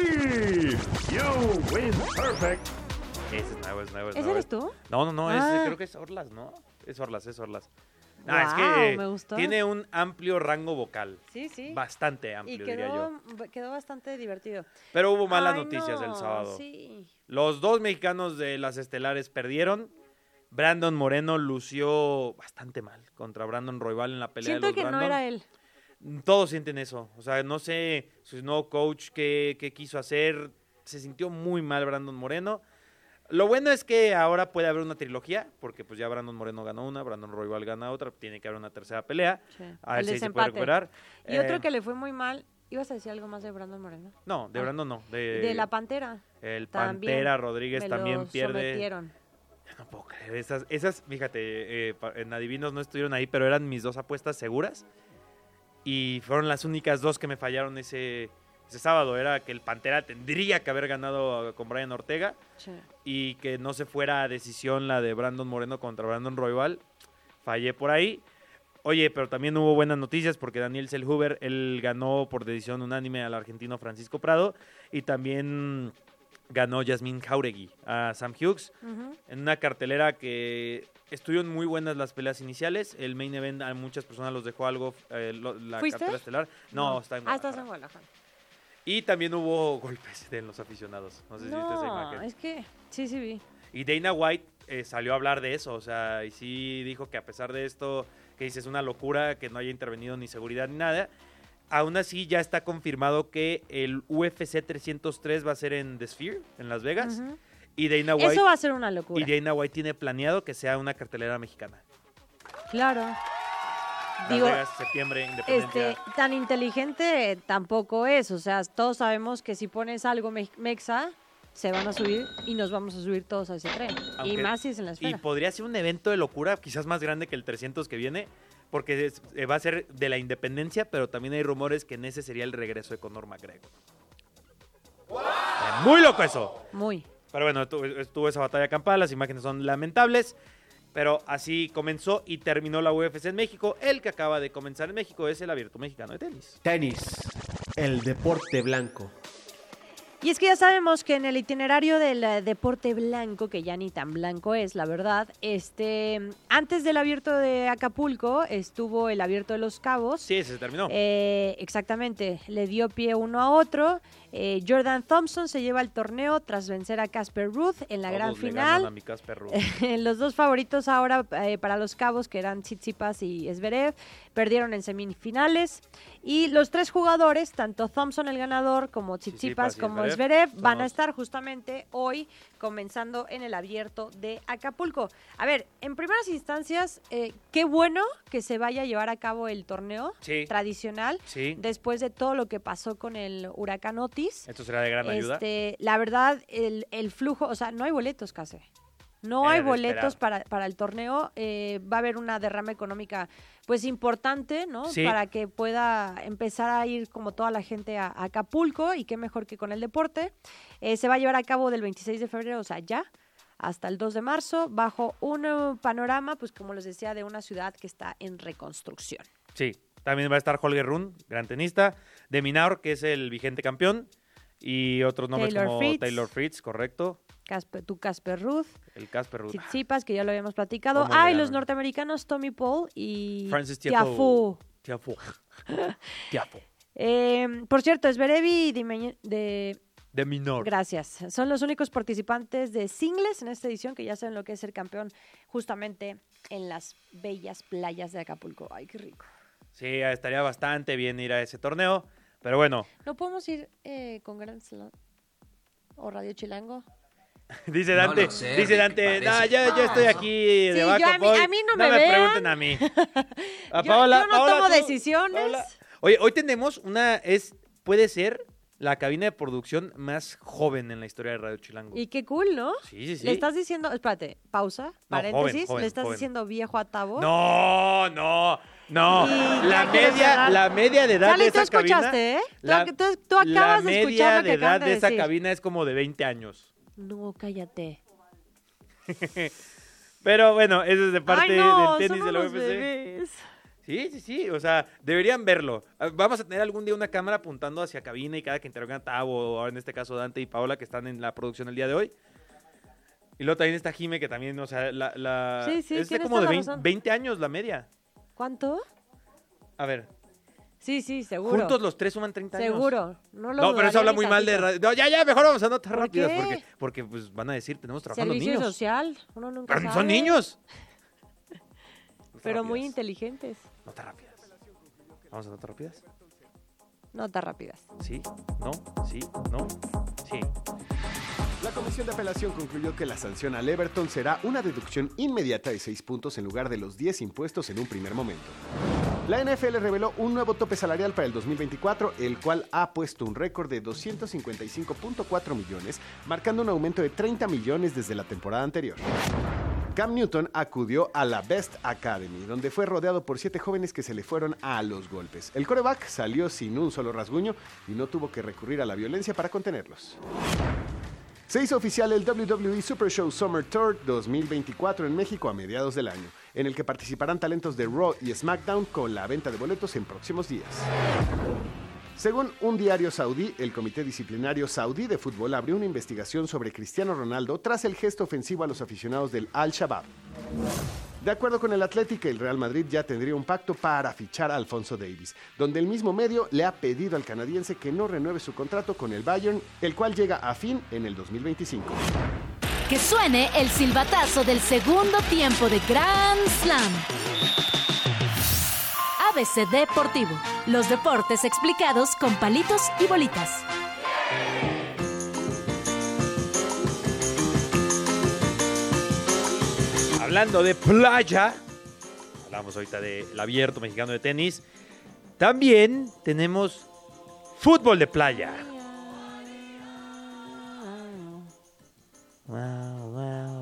[SPEAKER 2] You win perfect.
[SPEAKER 3] es nueva, es nueva, es
[SPEAKER 4] ¿Ese
[SPEAKER 3] nueva.
[SPEAKER 4] eres tú?
[SPEAKER 3] No, no, no, es-
[SPEAKER 4] Ah.
[SPEAKER 3] creo que es Orlas, ¿no? Es Orlas, es Orlas. Ah, es
[SPEAKER 4] Guau,
[SPEAKER 3] que
[SPEAKER 4] me gustó.
[SPEAKER 3] tiene un amplio rango vocal.
[SPEAKER 4] Sí, sí.
[SPEAKER 3] Bastante
[SPEAKER 4] Y
[SPEAKER 3] amplio, diría yo.
[SPEAKER 4] quedó, quedó bastante divertido.
[SPEAKER 3] Pero hubo malas
[SPEAKER 4] Ay,
[SPEAKER 3] noticias el
[SPEAKER 4] no,
[SPEAKER 3] sábado.
[SPEAKER 4] Sí.
[SPEAKER 3] Los dos mexicanos de las estelares perdieron. Brandon Moreno lució bastante mal contra Brandon Roybal en la pelea de
[SPEAKER 4] Siento
[SPEAKER 3] los
[SPEAKER 4] que
[SPEAKER 3] Brandon.
[SPEAKER 4] no era él.
[SPEAKER 3] Todos sienten eso. O sea, no sé su nuevo coach qué, qué quiso hacer. Se sintió muy mal Brandon Moreno. Lo bueno es que ahora puede haber una trilogía, porque pues ya Brandon Moreno ganó una, Brandon Roybal gana otra, tiene que haber una tercera pelea.
[SPEAKER 4] Sí.
[SPEAKER 3] A ver
[SPEAKER 4] El
[SPEAKER 3] si ahí se puede
[SPEAKER 4] desempate.
[SPEAKER 3] recuperar.
[SPEAKER 4] Y
[SPEAKER 3] Eh,
[SPEAKER 4] otro que le fue muy mal. ¿Ibas a decir algo más de Brandon Moreno?
[SPEAKER 3] No, de
[SPEAKER 4] Ah.
[SPEAKER 3] Brandon no. De,
[SPEAKER 4] de la Pantera.
[SPEAKER 3] El
[SPEAKER 4] también
[SPEAKER 3] Pantera Eh, Rodríguez
[SPEAKER 4] Me
[SPEAKER 3] también
[SPEAKER 4] lo
[SPEAKER 3] pierde.
[SPEAKER 4] sometieron.
[SPEAKER 3] No puedo creer, esas, esas fíjate, eh, pa- en Adivinos no estuvieron ahí, pero eran mis dos apuestas seguras. Y fueron las únicas dos que me fallaron ese, ese sábado. Era que el Pantera tendría que haber ganado con Brian Ortega
[SPEAKER 4] Sí.
[SPEAKER 3] y que no se fuera a decisión la de Brandon Moreno contra Brandon Roybal. Fallé por ahí. Oye, pero también hubo buenas noticias porque Daniel Selhuber, él ganó por decisión unánime al argentino Francisco Prado y también ganó Yasmín Jauregui a Sam Hughes
[SPEAKER 4] Ujú.
[SPEAKER 3] en una cartelera que estuvieron muy buenas las peleas iniciales. El main event a muchas personas los dejó algo, eh, lo- la
[SPEAKER 4] ¿Fuiste?
[SPEAKER 3] cartelera estelar. No, está en
[SPEAKER 4] Ah, estás en
[SPEAKER 3] Guadalajara.
[SPEAKER 4] Guadalajara.
[SPEAKER 3] Y también hubo golpes de los aficionados. No sé si viste esa
[SPEAKER 4] No,
[SPEAKER 3] imagen.
[SPEAKER 4] es que sí, sí vi.
[SPEAKER 3] Y Dana White eh, salió a hablar de eso, o sea, y sí dijo que a pesar de esto, que dice es una locura, que no haya intervenido ni seguridad ni nada, aún así ya está confirmado que el UFC 303 va a ser en The Sphere, en Las Vegas,
[SPEAKER 4] Ujú.
[SPEAKER 3] y Dana White...
[SPEAKER 4] Eso va a ser una
[SPEAKER 3] y
[SPEAKER 4] locura.
[SPEAKER 3] Dana White tiene planeado que sea una cartelera mexicana.
[SPEAKER 4] Claro.
[SPEAKER 3] Las
[SPEAKER 4] Digo,
[SPEAKER 3] Vegas, septiembre, independencia.
[SPEAKER 4] Este, tan inteligente eh, tampoco es. O sea, todos sabemos que si pones algo me- mexa, se van a subir y nos vamos a subir todos a ese tren. y
[SPEAKER 3] Aunque-
[SPEAKER 4] más si es en la esfera.
[SPEAKER 3] Y podría ser un evento de locura, quizás más grande que el 300 que viene, porque es- eh, va a ser de la independencia, pero también hay rumores que en ese sería el regreso de Conor McGregor. Muy loco eso.
[SPEAKER 4] Muy.
[SPEAKER 3] Pero bueno, tu- estuvo esa batalla campal, las imágenes son lamentables. Pero así comenzó y terminó la UFC en México. El que acaba de comenzar en México es el Abierto Mexicano de Tenis.
[SPEAKER 5] Tenis, el deporte blanco.
[SPEAKER 4] Y es que ya sabemos que en el itinerario del eh, deporte blanco, que ya ni tan blanco es, la verdad, este, antes del abierto de Acapulco estuvo el abierto de los cabos.
[SPEAKER 3] Sí, ese se terminó.
[SPEAKER 4] Eh, exactamente, le dio pie uno a otro. Eh, Jordan Thompson se lleva el torneo tras vencer a Casper Ruth en la
[SPEAKER 3] Todos
[SPEAKER 4] gran
[SPEAKER 3] le ganan a
[SPEAKER 4] final.
[SPEAKER 3] mi Casper Ruud.
[SPEAKER 4] Los dos favoritos ahora eh, para los cabos, que eran Tsitsipas y Zverev, perdieron en semifinales. Y los tres jugadores, tanto Thompson el ganador como
[SPEAKER 3] Tsitsipas
[SPEAKER 4] Tsitsipas
[SPEAKER 3] y
[SPEAKER 4] como
[SPEAKER 3] Zverev,
[SPEAKER 4] Zverev,
[SPEAKER 3] son
[SPEAKER 4] van a
[SPEAKER 3] los-
[SPEAKER 4] estar justamente hoy comenzando en el abierto de Acapulco. A ver, en primeras instancias, eh, qué bueno que se vaya a llevar a cabo el torneo
[SPEAKER 3] Sí.
[SPEAKER 4] tradicional
[SPEAKER 3] Sí.
[SPEAKER 4] después de todo lo que pasó con el huracán Otis.
[SPEAKER 3] Esto será de gran ayuda.
[SPEAKER 4] Este, la verdad, el, el flujo, o sea, no hay boletos casi. No
[SPEAKER 3] Era
[SPEAKER 4] hay
[SPEAKER 3] de
[SPEAKER 4] boletos
[SPEAKER 3] esperar.
[SPEAKER 4] para, para el torneo. eh, va a haber una derrama económica, pues importante, ¿no?
[SPEAKER 3] Sí.
[SPEAKER 4] Para que pueda empezar a ir como toda la gente a, a Acapulco y qué mejor que con el deporte. Eh, se va a llevar a cabo del 26 de febrero, o sea, ya, hasta el 2 de marzo, bajo un eh, panorama, pues como les decía, de una ciudad que está en reconstrucción.
[SPEAKER 3] Sí. También va a estar Holger Run, gran tenista. De Minaur, que es el vigente campeón. Y otros nombres
[SPEAKER 4] Taylor
[SPEAKER 3] como
[SPEAKER 4] Fritz.
[SPEAKER 3] Taylor Fritz, correcto.
[SPEAKER 4] Casper, tu Casper Ruth,
[SPEAKER 3] El Casper Ruud.
[SPEAKER 4] Tsitsipas, que ya lo habíamos platicado.
[SPEAKER 3] ¿Cómo le
[SPEAKER 4] Ah, y los
[SPEAKER 3] ganaron?
[SPEAKER 4] norteamericanos Tommy Paul y
[SPEAKER 3] Francis
[SPEAKER 4] Tiafoe.
[SPEAKER 3] Tiafoe. Tiafoe. Tiafoe.
[SPEAKER 4] Eh, por cierto, es y Dimeñe- de...
[SPEAKER 3] De Minaur.
[SPEAKER 4] Gracias. Son los únicos participantes de singles en esta edición que ya saben lo que es ser campeón justamente en las bellas playas de Acapulco. Ay, qué rico.
[SPEAKER 3] Sí, estaría bastante bien ir a ese torneo. Pero bueno,
[SPEAKER 4] ¿No podemos ir eh, con Grand Slam o Radio Chilango?
[SPEAKER 3] Dice Dante,
[SPEAKER 7] No lo sé,
[SPEAKER 3] dice
[SPEAKER 7] Rick,
[SPEAKER 3] Dante,
[SPEAKER 7] parece.
[SPEAKER 3] no, yo, yo estoy aquí de
[SPEAKER 4] Sí,
[SPEAKER 3] vaca,
[SPEAKER 4] yo a mí-
[SPEAKER 3] Paul,
[SPEAKER 4] a mí no
[SPEAKER 3] no
[SPEAKER 4] me
[SPEAKER 3] me
[SPEAKER 4] vean.
[SPEAKER 3] pregunten a mí. A
[SPEAKER 4] Yo- yo no tomo decisiones.
[SPEAKER 3] Oye, hoy tenemos una es puede ser la cabina de producción más joven en la historia de Radio Chilango.
[SPEAKER 4] Y qué cool, ¿no?
[SPEAKER 3] Sí, sí, sí.
[SPEAKER 4] Le estás diciendo, espérate, pausa, paréntesis,
[SPEAKER 3] joven,
[SPEAKER 4] le estás
[SPEAKER 3] joven.
[SPEAKER 4] diciendo viejo a Tabo.
[SPEAKER 3] No, no, no.
[SPEAKER 4] Y
[SPEAKER 3] La
[SPEAKER 4] ya quieres
[SPEAKER 3] media,
[SPEAKER 4] cerrar.
[SPEAKER 3] la media de edad
[SPEAKER 4] Charlie,
[SPEAKER 3] de
[SPEAKER 4] tú
[SPEAKER 3] esa cabina.
[SPEAKER 4] escuchaste, ¿eh? Tú
[SPEAKER 3] la-
[SPEAKER 4] ac- tú- tú acabas
[SPEAKER 3] la
[SPEAKER 4] de escuchar
[SPEAKER 3] media
[SPEAKER 4] lo que
[SPEAKER 3] de edad
[SPEAKER 4] acaban
[SPEAKER 3] de,
[SPEAKER 4] de
[SPEAKER 3] esa
[SPEAKER 4] decir.
[SPEAKER 3] cabina es como de 20 años.
[SPEAKER 4] No, cállate.
[SPEAKER 3] Pero bueno, eso es de parte
[SPEAKER 4] Ay, no,
[SPEAKER 3] del tenis
[SPEAKER 4] son
[SPEAKER 3] de la
[SPEAKER 4] unos
[SPEAKER 3] UFC.
[SPEAKER 4] bebés.
[SPEAKER 3] Sí, sí, sí. O sea, deberían verlo. Ah, Vamos a tener algún día una cámara apuntando hacia cabina y cada que interrogan a Tavo, o ahora en este caso Dante y Paola, que están en la producción el día de hoy. Y luego también está Jime, que también, o sea, la. la-
[SPEAKER 4] Sí, sí,
[SPEAKER 3] es de
[SPEAKER 4] tienes
[SPEAKER 3] como de
[SPEAKER 4] toda la
[SPEAKER 3] 20,
[SPEAKER 4] razón.
[SPEAKER 3] 20 años la media.
[SPEAKER 4] ¿Cuánto?
[SPEAKER 3] A ver,
[SPEAKER 4] Sí, sí, seguro.
[SPEAKER 3] juntos los tres suman 30 años.
[SPEAKER 4] Seguro.
[SPEAKER 3] No,
[SPEAKER 4] No, lo
[SPEAKER 3] pero eso
[SPEAKER 4] dudaría
[SPEAKER 3] habla
[SPEAKER 4] ni
[SPEAKER 3] muy mal de
[SPEAKER 4] tantito.
[SPEAKER 3] radio. No, ya, ya, mejor vamos a notas
[SPEAKER 4] ¿Por
[SPEAKER 3] rápidas
[SPEAKER 4] qué?
[SPEAKER 3] porque, porque pues, van a decir, tenemos trabajando
[SPEAKER 4] Servicio
[SPEAKER 3] niños.
[SPEAKER 4] social. Uno nunca
[SPEAKER 3] Pero
[SPEAKER 4] sabe.
[SPEAKER 3] son niños. Notas
[SPEAKER 4] Pero
[SPEAKER 3] rápidas,
[SPEAKER 4] muy inteligentes.
[SPEAKER 3] Notas rápidas. Vamos a notas rápidas.
[SPEAKER 4] Notas rápidas.
[SPEAKER 3] Sí, no, sí, no, sí.
[SPEAKER 2] La Comisión de Apelación concluyó que la sanción al Everton será una deducción inmediata de 6 puntos en lugar de los 10 impuestos en un primer momento. La NFL reveló un nuevo tope salarial para el 2024, el cual ha puesto un récord de 255.4 millones, marcando un aumento de 30 millones desde la temporada anterior. Cam Newton acudió a la Best Academy, donde fue rodeado por siete jóvenes que se le fueron a los golpes. El coreback salió sin un solo rasguño y no tuvo que recurrir a la violencia para contenerlos. Se hizo oficial el WWE Super Show Summer Tour 2024 en México a mediados del año, en el que participarán talentos de Raw y SmackDown con la venta de boletos en próximos días. Según un diario saudí, el Comité Disciplinario Saudí de Fútbol abrió una investigación sobre Cristiano Ronaldo tras el gesto ofensivo a los aficionados del Al-Shabaab. De acuerdo con el Atlético, el Real Madrid ya tendría un pacto para fichar a Alfonso Davis, donde el mismo medio le ha pedido al canadiense que no renueve su contrato con el Bayern, el cual llega a fin en el 2025.
[SPEAKER 1] Que suene el silbatazo del segundo tiempo de Grand Slam. ABC Deportivo. Los deportes explicados con palitos y bolitas.
[SPEAKER 3] Hablando de playa, hablamos ahorita del abierto mexicano de tenis. También tenemos fútbol de playa. Wow, wow,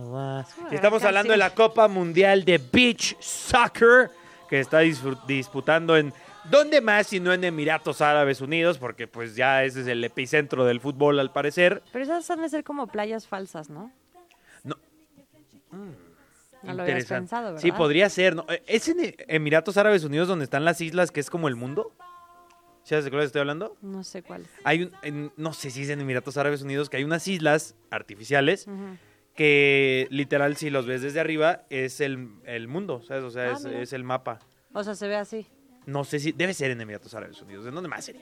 [SPEAKER 3] wow.
[SPEAKER 4] una
[SPEAKER 3] Y Estamos
[SPEAKER 4] gran
[SPEAKER 3] hablando de
[SPEAKER 4] canción.
[SPEAKER 3] la Copa Mundial de Beach Soccer que está disfrut- disputando en ¿Dónde más si no en Emiratos Árabes Unidos? Porque pues ya ese es el epicentro del fútbol al parecer.
[SPEAKER 4] Pero esas han de ser como playas falsas, ¿no? Mm.
[SPEAKER 3] No.
[SPEAKER 4] No lo habías
[SPEAKER 3] Interesante.
[SPEAKER 4] pensado, ¿verdad?
[SPEAKER 3] Sí, podría ser. ¿no? Eh, ¿Es en eh, Emiratos Árabes Unidos donde están las islas que es como el mundo? ¿Sabes de cuál estoy hablando?
[SPEAKER 4] No sé cuál.
[SPEAKER 3] Hay un, en- no sé si es en Emiratos Árabes Unidos, que hay unas islas artificiales
[SPEAKER 4] Ujú.
[SPEAKER 3] que literal si los ves desde arriba es el, el mundo, ¿sabes? O sea,
[SPEAKER 4] Ah,
[SPEAKER 3] es,
[SPEAKER 4] mira.
[SPEAKER 3] es el mapa.
[SPEAKER 4] O sea, se ve así.
[SPEAKER 3] No sé si debe ser en Emiratos Árabes Unidos. ¿En dónde más sería?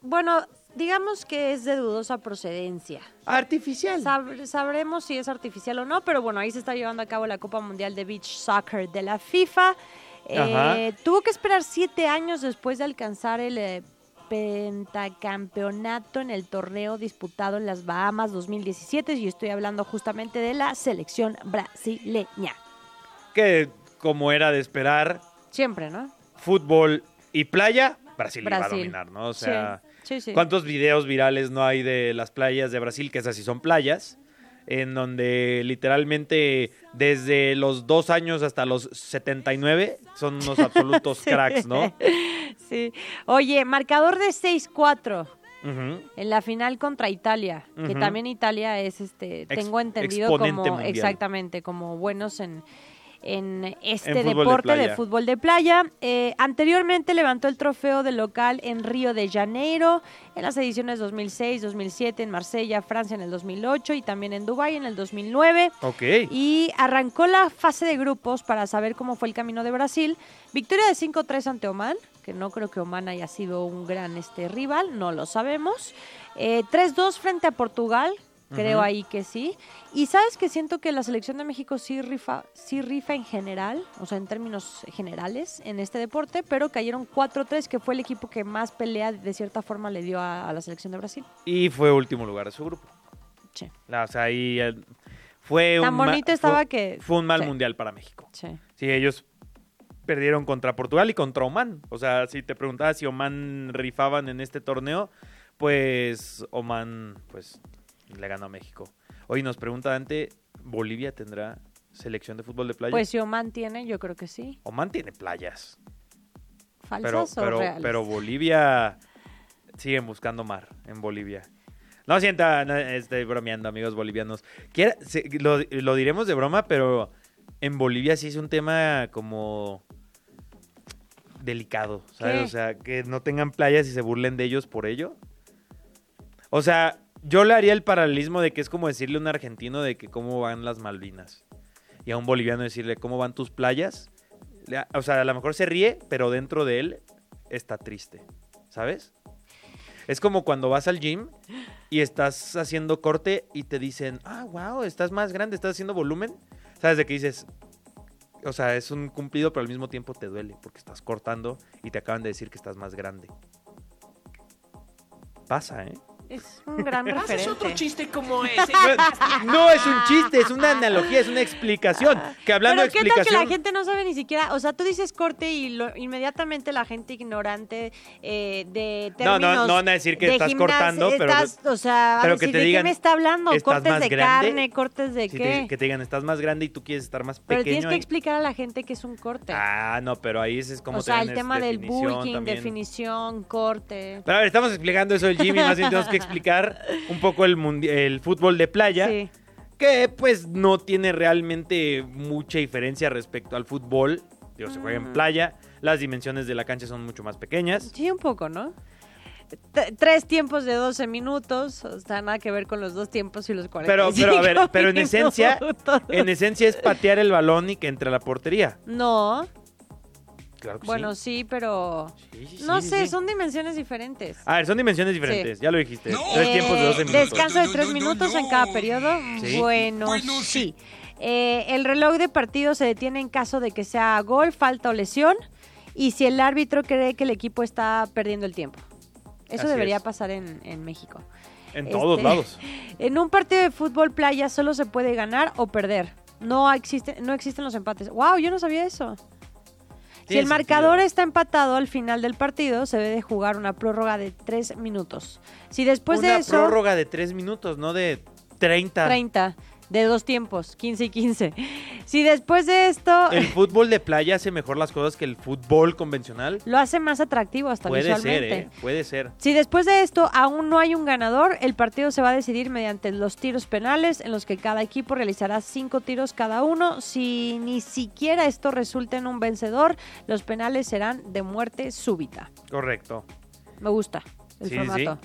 [SPEAKER 4] Bueno, digamos que es de dudosa procedencia.
[SPEAKER 3] Artificial.
[SPEAKER 4] Sab- sabremos si es artificial o no, pero bueno, ahí se está llevando a cabo la Copa Mundial de Beach Soccer de la FIFA. Eh,
[SPEAKER 3] Ajá.
[SPEAKER 4] tuvo que esperar siete años después de alcanzar el eh, pentacampeonato en el torneo disputado en las Bahamas 2017 y estoy hablando justamente de la selección brasileña.
[SPEAKER 3] Que como era de esperar,
[SPEAKER 4] Siempre, ¿no?
[SPEAKER 3] fútbol y playa, Brasil, iba a
[SPEAKER 4] Brasil.
[SPEAKER 3] dominar, ¿no? O sea,
[SPEAKER 4] sí, sí. sí.
[SPEAKER 3] ¿cuántos videos virales no hay de las playas de Brasil? Que esas sí son playas. En donde literalmente desde los dos años hasta los 79 son unos absolutos cracks, ¿no?
[SPEAKER 4] Sí. Oye, marcador de 6-4.
[SPEAKER 3] Ujú.
[SPEAKER 4] En la final contra Italia, que
[SPEAKER 3] Ujú.
[SPEAKER 4] también Italia es, este,
[SPEAKER 3] Ex-
[SPEAKER 4] tengo entendido
[SPEAKER 3] exponente
[SPEAKER 4] como
[SPEAKER 3] mundial.
[SPEAKER 4] exactamente como buenos en en este
[SPEAKER 3] En fútbol de
[SPEAKER 4] deporte de,
[SPEAKER 3] playa.
[SPEAKER 4] fútbol de playa. Eh, anteriormente levantó el trofeo de local en Río de Janeiro, en las ediciones 2006, 2007, en Marsella, Francia en el 2008 y también en Dubái en el 2009.
[SPEAKER 3] Ok.
[SPEAKER 4] Y arrancó la fase de grupos para saber cómo fue el camino de Brasil. Victoria de 5-3 ante Oman, que no creo que Oman haya sido un gran este, rival, no lo sabemos. Eh, 3-2 frente a Portugal, creo
[SPEAKER 3] Ujú.
[SPEAKER 4] ahí que sí. Y sabes que siento que la selección de México sí rifa, sí rifa en general, o sea, en términos generales en este deporte, pero cayeron 4-3, que fue el equipo que más pelea de cierta forma le dio a, a la selección de Brasil.
[SPEAKER 3] Y fue último lugar de su grupo.
[SPEAKER 4] Che,
[SPEAKER 3] La- O sea, ahí eh, fue
[SPEAKER 4] Tan
[SPEAKER 3] un ma-
[SPEAKER 4] bonito
[SPEAKER 3] fue-
[SPEAKER 4] estaba que-
[SPEAKER 3] Fue un mal
[SPEAKER 4] sí.
[SPEAKER 3] mundial para México.
[SPEAKER 4] che.
[SPEAKER 3] Sí, ellos perdieron contra Portugal y contra Oman. O sea, si te preguntabas si Oman rifaban en este torneo, pues Oman pues le ganó a México. Hoy nos pregunta Dante, ¿Bolivia tendrá selección de fútbol de playa?
[SPEAKER 4] Pues si Oman tiene, yo creo que sí.
[SPEAKER 3] Oman tiene playas, pero
[SPEAKER 4] ¿Falsas o
[SPEAKER 3] pero
[SPEAKER 4] reales?
[SPEAKER 3] pero Bolivia siguen buscando mar en Bolivia. No sientan, eh, estoy bromeando, amigos bolivianos. Quiera- se- lo, lo diremos de broma, pero en Bolivia sí es un tema como delicado, ¿sabes?
[SPEAKER 4] ¿Qué?
[SPEAKER 3] O sea, que no tengan playas y se burlen de ellos por ello. O sea, yo le haría el paralelismo de que es como decirle a un argentino de que cómo van las Malvinas. Y a un boliviano decirle cómo van tus playas. Le- O sea, a lo mejor se ríe, pero dentro de él está triste, ¿sabes? Es como cuando vas al gym y estás haciendo corte y te dicen, ah, wow, estás más grande, estás haciendo volumen. ¿Sabes de qué dices? O sea, es un cumplido, pero al mismo tiempo te duele porque estás cortando y te acaban de decir que estás más grande. Pasa, ¿eh?
[SPEAKER 4] Es un gran
[SPEAKER 5] Haces otro
[SPEAKER 4] referente.
[SPEAKER 5] chiste como ese.
[SPEAKER 3] No, no es un chiste, es una analogía, es una explicación. Que hablando
[SPEAKER 4] Pero
[SPEAKER 3] de
[SPEAKER 4] qué tal que
[SPEAKER 3] explicación.
[SPEAKER 4] la gente no sabe ni siquiera, o sea, tú dices corte y lo- inmediatamente la gente ignorante eh, de
[SPEAKER 3] No, no,
[SPEAKER 4] términos
[SPEAKER 3] no van a decir que
[SPEAKER 4] de
[SPEAKER 3] estás
[SPEAKER 4] gimnasia,
[SPEAKER 3] cortando, pero-
[SPEAKER 4] estás, o sea,
[SPEAKER 3] pero
[SPEAKER 4] pero
[SPEAKER 3] que
[SPEAKER 4] que
[SPEAKER 3] te
[SPEAKER 4] ¿de
[SPEAKER 3] digan,
[SPEAKER 4] qué me está hablando?
[SPEAKER 3] "Estás
[SPEAKER 4] Cortes
[SPEAKER 3] más
[SPEAKER 4] de
[SPEAKER 3] grande".
[SPEAKER 4] carne, cortes de
[SPEAKER 3] Sí,
[SPEAKER 4] qué.
[SPEAKER 3] te- que te digan, estás más grande y tú quieres estar más
[SPEAKER 4] pero
[SPEAKER 3] pequeño.
[SPEAKER 4] tienes que
[SPEAKER 3] ahí.
[SPEAKER 4] explicar a la gente que es un corte.
[SPEAKER 3] Ah, no, pero ahí es como
[SPEAKER 4] o sea, el
[SPEAKER 3] también es
[SPEAKER 4] tema del
[SPEAKER 3] definición
[SPEAKER 4] bulking,
[SPEAKER 3] también.
[SPEAKER 4] definición, corte.
[SPEAKER 3] Pero a ver, estamos explicando eso del Jimmy, más bien tenemos que explicar un poco el, mundi- el fútbol de playa,
[SPEAKER 4] Sí.
[SPEAKER 3] que pues no tiene realmente mucha diferencia respecto al fútbol. Digo, se
[SPEAKER 4] Mm.
[SPEAKER 3] juega en playa, las dimensiones de la cancha son mucho más pequeñas.
[SPEAKER 4] Sí, un poco, ¿no? T- tres tiempos de 12 minutos, o sea, nada que ver con los dos tiempos y los 45
[SPEAKER 3] Pero, pero a ver, pero en esencia,
[SPEAKER 4] minutos.
[SPEAKER 3] en esencia es patear el balón y que entre a la portería.
[SPEAKER 4] No,
[SPEAKER 3] Claro que
[SPEAKER 4] bueno,
[SPEAKER 3] sí.
[SPEAKER 4] sí, pero...
[SPEAKER 3] Sí, sí,
[SPEAKER 4] No
[SPEAKER 3] sí,
[SPEAKER 4] sé,
[SPEAKER 3] sí.
[SPEAKER 4] son dimensiones diferentes.
[SPEAKER 3] A ver, son dimensiones diferentes, ya lo dijiste. Tres
[SPEAKER 4] Eh,
[SPEAKER 3] tiempos de 12 minutos.
[SPEAKER 4] Descanso de tres minutos en cada periodo.
[SPEAKER 3] Sí.
[SPEAKER 4] Bueno, sí. Eh, el reloj de partido se detiene en caso de que sea gol, falta o lesión. Y si el árbitro cree que el equipo está perdiendo el tiempo. Eso
[SPEAKER 3] Así
[SPEAKER 4] debería
[SPEAKER 3] es.
[SPEAKER 4] pasar en, en México.
[SPEAKER 3] En
[SPEAKER 4] Este,
[SPEAKER 3] todos lados.
[SPEAKER 4] En un partido de fútbol playa solo se puede ganar o perder. No, existe, no existen los empates. ¡Wow! Yo no sabía eso. Si
[SPEAKER 3] Tiene
[SPEAKER 4] el marcador
[SPEAKER 3] sentido.
[SPEAKER 4] está empatado al final del partido, se debe jugar una prórroga de tres minutos. Si después
[SPEAKER 3] Una
[SPEAKER 4] de pues eso...
[SPEAKER 3] prórroga de tres minutos, no de 30.
[SPEAKER 4] 30. de dos tiempos, 15 y 15. Si después de esto
[SPEAKER 3] ¿El fútbol de playa hace mejor las cosas que el fútbol convencional?
[SPEAKER 4] lo hace más atractivo hasta
[SPEAKER 3] Puede ser,
[SPEAKER 4] visualmente.
[SPEAKER 3] ¿eh? Puede ser.
[SPEAKER 4] Si después de esto aún no hay un ganador, el partido se va a decidir mediante los tiros penales, en los que cada equipo realizará cinco tiros cada uno. Si ni siquiera esto resulta en un vencedor, los penales serán de muerte súbita.
[SPEAKER 3] Correcto.
[SPEAKER 4] Me gusta el
[SPEAKER 3] Sí, sí, sí.
[SPEAKER 4] formato.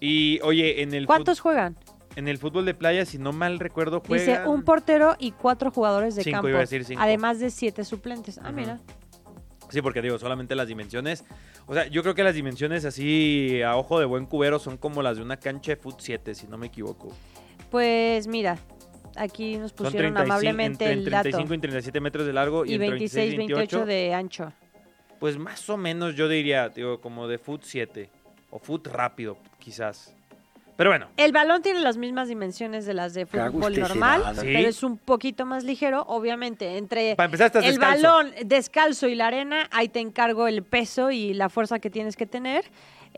[SPEAKER 3] Y oye, en el, fut-
[SPEAKER 4] ¿Cuántos juegan?
[SPEAKER 3] en el fútbol de playa, si no mal recuerdo, juegan...
[SPEAKER 4] Dice un portero y cuatro jugadores de
[SPEAKER 3] Cinco,
[SPEAKER 4] campo,
[SPEAKER 3] iba a decir cinco.
[SPEAKER 4] además de siete suplentes. Ah,
[SPEAKER 3] Ujú.
[SPEAKER 4] mira.
[SPEAKER 3] Sí, porque digo, solamente las dimensiones. O sea, yo creo que las dimensiones así a ojo de buen cubero son como las de una cancha de foot 7, si no me equivoco.
[SPEAKER 4] Pues mira, aquí nos
[SPEAKER 3] Son
[SPEAKER 4] pusieron
[SPEAKER 3] 35
[SPEAKER 4] amablemente
[SPEAKER 3] entre
[SPEAKER 4] el dato.
[SPEAKER 3] 35 y 37 metros de largo y,
[SPEAKER 4] Y
[SPEAKER 3] entre 26
[SPEAKER 4] 26, 28 de ancho.
[SPEAKER 3] Pues más o menos yo diría, digo, como de foot 7 o foot rápido, quizás. Pero bueno,
[SPEAKER 4] El balón tiene las mismas dimensiones de las de fútbol normal,
[SPEAKER 3] Sí.
[SPEAKER 4] pero es un poquito más ligero, obviamente. Entre
[SPEAKER 3] para empezar estás
[SPEAKER 4] el
[SPEAKER 3] descalzo.
[SPEAKER 4] balón descalzo y la arena, ahí te encargo el peso y la fuerza que tienes que tener.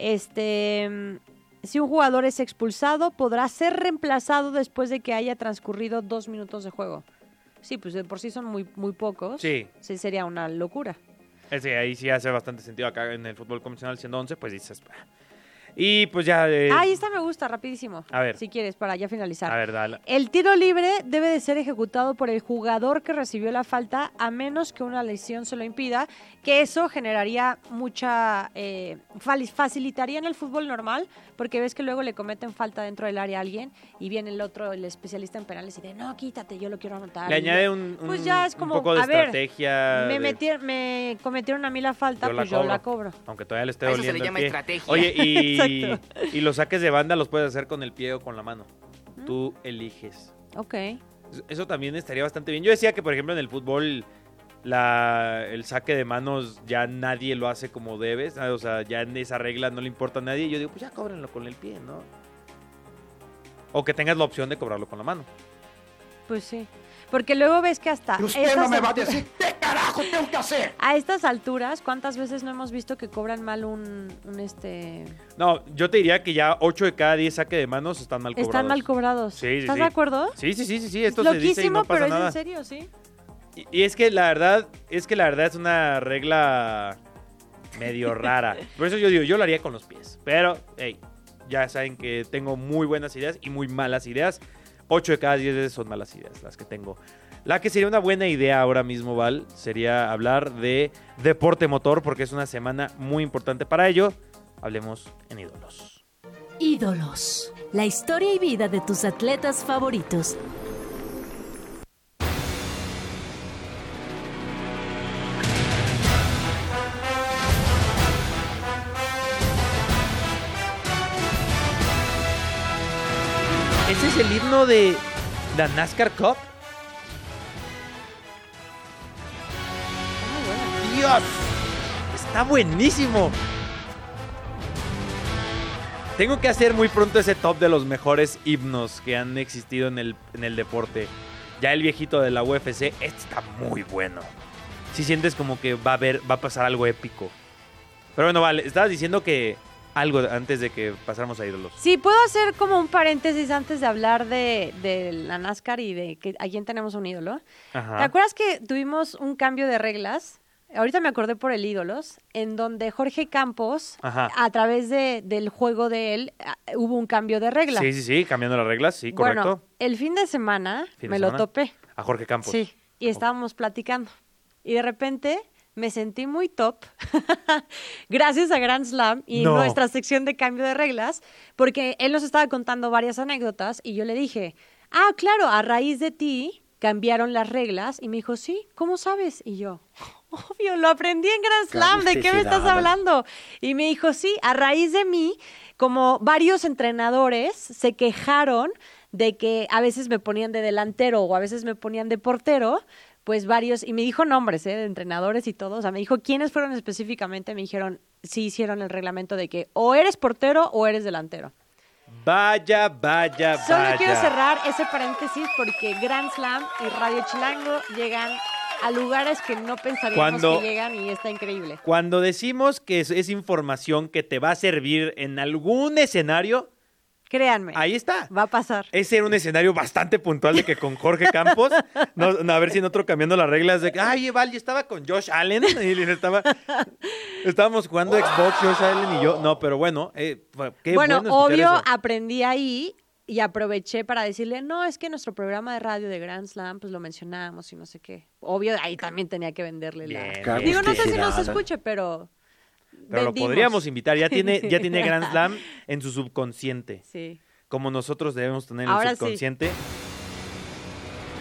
[SPEAKER 4] Este, mm, si un jugador es expulsado, podrá ser reemplazado después de que haya transcurrido dos minutos de juego. Sí, pues de por sí son muy, muy pocos.
[SPEAKER 3] Sí,
[SPEAKER 4] Sí, sería una locura.
[SPEAKER 3] ese, ahí sí hace bastante sentido acá en el fútbol convencional siendo 11, pues dices... "Ah". Y pues ya... eh,
[SPEAKER 4] Ah, y esta me gusta, rapidísimo.
[SPEAKER 3] A ver.
[SPEAKER 4] Si quieres, para ya finalizar.
[SPEAKER 3] a ver, dale.
[SPEAKER 4] El tiro libre debe de ser ejecutado por el jugador que recibió la falta a menos que una lesión se lo impida, que eso generaría mucha... eh, fali- facilitaría en el fútbol normal, porque ves que luego le cometen falta dentro del área a alguien y viene el otro, el especialista en penales y de, no, quítate, yo lo quiero anotar.
[SPEAKER 3] Le
[SPEAKER 4] Y
[SPEAKER 3] añade
[SPEAKER 4] yo-
[SPEAKER 3] un,
[SPEAKER 4] Pues
[SPEAKER 3] un-
[SPEAKER 4] ya es
[SPEAKER 3] un
[SPEAKER 4] como,
[SPEAKER 3] poco de
[SPEAKER 4] a ver,
[SPEAKER 3] estrategia.
[SPEAKER 4] me,
[SPEAKER 3] de-
[SPEAKER 4] metieron- me cometieron a mí la falta,
[SPEAKER 3] Yo la
[SPEAKER 4] pues yo la cobro.
[SPEAKER 3] Aunque todavía le esté
[SPEAKER 7] A eso se
[SPEAKER 3] doliendo
[SPEAKER 7] le
[SPEAKER 3] el
[SPEAKER 7] llama
[SPEAKER 3] pie.
[SPEAKER 7] estrategia.
[SPEAKER 3] Oye, y, y los saques de banda los puedes hacer con el pie o con la mano. Tú eliges.
[SPEAKER 4] Ok.
[SPEAKER 3] Eso- Eso también estaría bastante bien. Yo decía que, por ejemplo, en el fútbol la, el saque de manos ya nadie lo hace como debes. ¿sabes? O sea, ya en esa regla no le importa a nadie. Yo digo, pues ya cóbrenlo con el pie, ¿no? O que tengas la opción de cobrarlo con la mano.
[SPEAKER 4] Pues sí. Porque luego ves que hasta...
[SPEAKER 6] Y usted
[SPEAKER 4] esas
[SPEAKER 6] no me va a
[SPEAKER 4] alturas-
[SPEAKER 6] decir qué carajo tengo que hacer.
[SPEAKER 4] A estas alturas, ¿cuántas veces no hemos visto que cobran mal un, un, este
[SPEAKER 3] No, yo te diría que ya 8 de cada 10 saques de manos están mal cobrados.
[SPEAKER 4] están mal cobrados?
[SPEAKER 3] Sí, sí,
[SPEAKER 4] ¿Estás
[SPEAKER 3] sí.
[SPEAKER 4] de acuerdo?
[SPEAKER 3] Sí, sí, sí, sí, sí. Esto se
[SPEAKER 4] Loquísimo,
[SPEAKER 3] dice y no pasa
[SPEAKER 4] pero
[SPEAKER 3] nada.
[SPEAKER 4] es en serio, sí.
[SPEAKER 3] Y, y es que la verdad, es que la verdad es una regla medio rara. Por eso yo digo, yo lo haría con los pies. Pero, hey, ya saben que tengo muy buenas ideas y muy malas ideas. 8 de cada 10 veces son malas ideas las que tengo. La que sería una buena idea ahora mismo, Val, sería hablar de deporte motor porque es una semana muy importante para ello. Hablemos en ídolos.
[SPEAKER 1] Ídolos. La historia y vida de tus atletas favoritos.
[SPEAKER 3] ¿Ese es el himno de la NASCAR Cup? Ah, ¡Dios! ¡Está buenísimo! Tengo que hacer muy pronto ese top de los mejores himnos que han existido en el, en el deporte. Ya el viejito de la UFC, este está muy bueno. Si sientes como que va a, haber, va a pasar algo épico. Pero bueno, vale, estabas diciendo que algo antes de que pasáramos a ídolos.
[SPEAKER 4] Sí, puedo hacer como un paréntesis antes de hablar de, de la NASCAR y de que a quién tenemos un ídolo.
[SPEAKER 3] Ajá.
[SPEAKER 4] ¿Te acuerdas que tuvimos un cambio de reglas? Ahorita me acordé por el ídolos, en donde Jorge Campos,
[SPEAKER 3] Ajá.
[SPEAKER 4] a través de- del juego de él, ah, hubo un cambio de regla.
[SPEAKER 3] Sí, sí, sí, cambiando las reglas, sí, correcto.
[SPEAKER 4] Bueno, el fin de semana
[SPEAKER 3] Fin de
[SPEAKER 4] me lo
[SPEAKER 3] semana.
[SPEAKER 4] topé.
[SPEAKER 3] A Jorge Campos.
[SPEAKER 4] Sí, y estábamos platicando. Y de repente me sentí muy top, gracias a Grand Slam y
[SPEAKER 3] No.
[SPEAKER 4] nuestra sección de cambio de reglas, porque él nos estaba contando varias anécdotas y yo le dije, ah, claro, a raíz de ti cambiaron las reglas. Y me dijo, sí, ¿cómo sabes? Y yo, obvio, lo aprendí en Grand Slam, ¿de qué me estás hablando? Y me dijo, sí, a raíz de mí, como varios entrenadores se quejaron de que a veces me ponían de delantero o a veces me ponían de portero, pues varios, y me dijo nombres, ¿eh? de entrenadores y todo, o sea, me dijo quiénes fueron específicamente, me dijeron, sí hicieron el reglamento de que o eres portero o eres delantero.
[SPEAKER 3] Vaya, vaya,
[SPEAKER 4] Solo
[SPEAKER 3] vaya.
[SPEAKER 4] quiero cerrar ese paréntesis porque Grand Slam y Radio Chilango llegan a lugares que no pensaríamos
[SPEAKER 3] Cuando-
[SPEAKER 4] que llegan y está increíble.
[SPEAKER 3] Cuando decimos que es, es información que te va a servir en algún escenario,
[SPEAKER 4] Créanme.
[SPEAKER 3] Ahí Eh, está.
[SPEAKER 4] Va a pasar.
[SPEAKER 3] Ese era un escenario bastante puntual de que con Jorge Campos, no, no, a ver si en otro cambiando las reglas de que, ay, Eval, yo estaba con Josh Allen y le estaba, estábamos jugando Xbox, Josh Allen y yo. No, pero bueno, eh, fue- qué
[SPEAKER 4] bueno,
[SPEAKER 3] bueno, escuchar
[SPEAKER 4] obvio,
[SPEAKER 3] eso.
[SPEAKER 4] aprendí ahí y aproveché para decirle, no, es que nuestro programa de radio de Grand Slam, pues lo mencionábamos y no sé qué. Obvio, ahí también tenía que venderle la...
[SPEAKER 3] Bien,
[SPEAKER 5] Cago
[SPEAKER 4] Digo, no sé si
[SPEAKER 5] Publicidad.
[SPEAKER 4] nos escuche, pero...
[SPEAKER 3] Pero lo
[SPEAKER 4] vendimos.
[SPEAKER 3] podríamos invitar, ya tiene, ya tiene Grand Slam en su subconsciente,
[SPEAKER 4] Sí.
[SPEAKER 3] como nosotros debemos tener en el
[SPEAKER 4] Ahora sí.
[SPEAKER 3] subconsciente.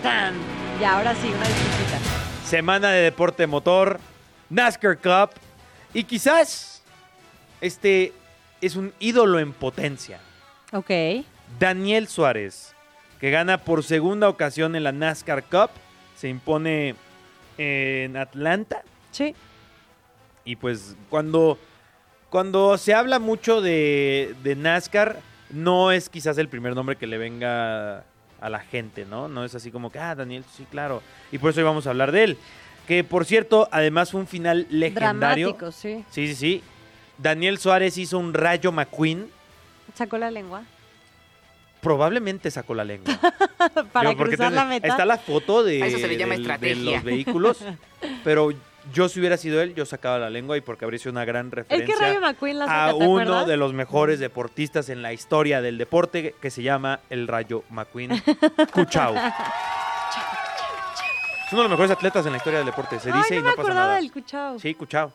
[SPEAKER 4] ¡Tan! Y ahora sí, una disculpita.
[SPEAKER 3] Semana de Deporte Motor, NASCAR Cup y quizás este es un ídolo en potencia.
[SPEAKER 4] Ok.
[SPEAKER 3] Daniel Suárez, que gana por segunda ocasión en la NASCAR Cup, se impone en Atlanta.
[SPEAKER 4] Sí.
[SPEAKER 3] Y pues cuando, cuando se habla mucho de, de NASCAR, no es quizás el primer nombre que le venga a la gente, ¿no? No es así como que, ah, Daniel, sí, claro. Y por eso hoy vamos a hablar de él. Que por cierto, además fue un final legendario.
[SPEAKER 4] Dramático, sí.
[SPEAKER 3] Sí, sí, sí. Daniel Suárez hizo un rayo McQueen.
[SPEAKER 4] Sacó la lengua.
[SPEAKER 3] Probablemente sacó la lengua.
[SPEAKER 4] Para
[SPEAKER 3] Digo, porque
[SPEAKER 4] cruzar la
[SPEAKER 3] tienes-
[SPEAKER 4] meta.
[SPEAKER 3] Está la foto de,
[SPEAKER 7] A eso se le llama
[SPEAKER 3] de
[SPEAKER 7] estrategia.
[SPEAKER 3] los vehículos, pero yo si hubiera sido él, yo sacaba la lengua y porque habría sido una gran
[SPEAKER 4] Es
[SPEAKER 3] referencia
[SPEAKER 4] que Rayo McQueen la saca,
[SPEAKER 3] a
[SPEAKER 4] ¿te
[SPEAKER 3] uno
[SPEAKER 4] acuerdas?
[SPEAKER 3] de los mejores deportistas en la historia del deporte que se llama el Rayo McQueen Cuchao. es uno de los mejores atletas en la historia del deporte, se
[SPEAKER 4] Ay,
[SPEAKER 3] dice
[SPEAKER 4] no
[SPEAKER 3] y
[SPEAKER 4] me
[SPEAKER 3] no pasa
[SPEAKER 4] acordaba
[SPEAKER 3] nada.
[SPEAKER 4] del cuchao.
[SPEAKER 3] Sí, Cuchao.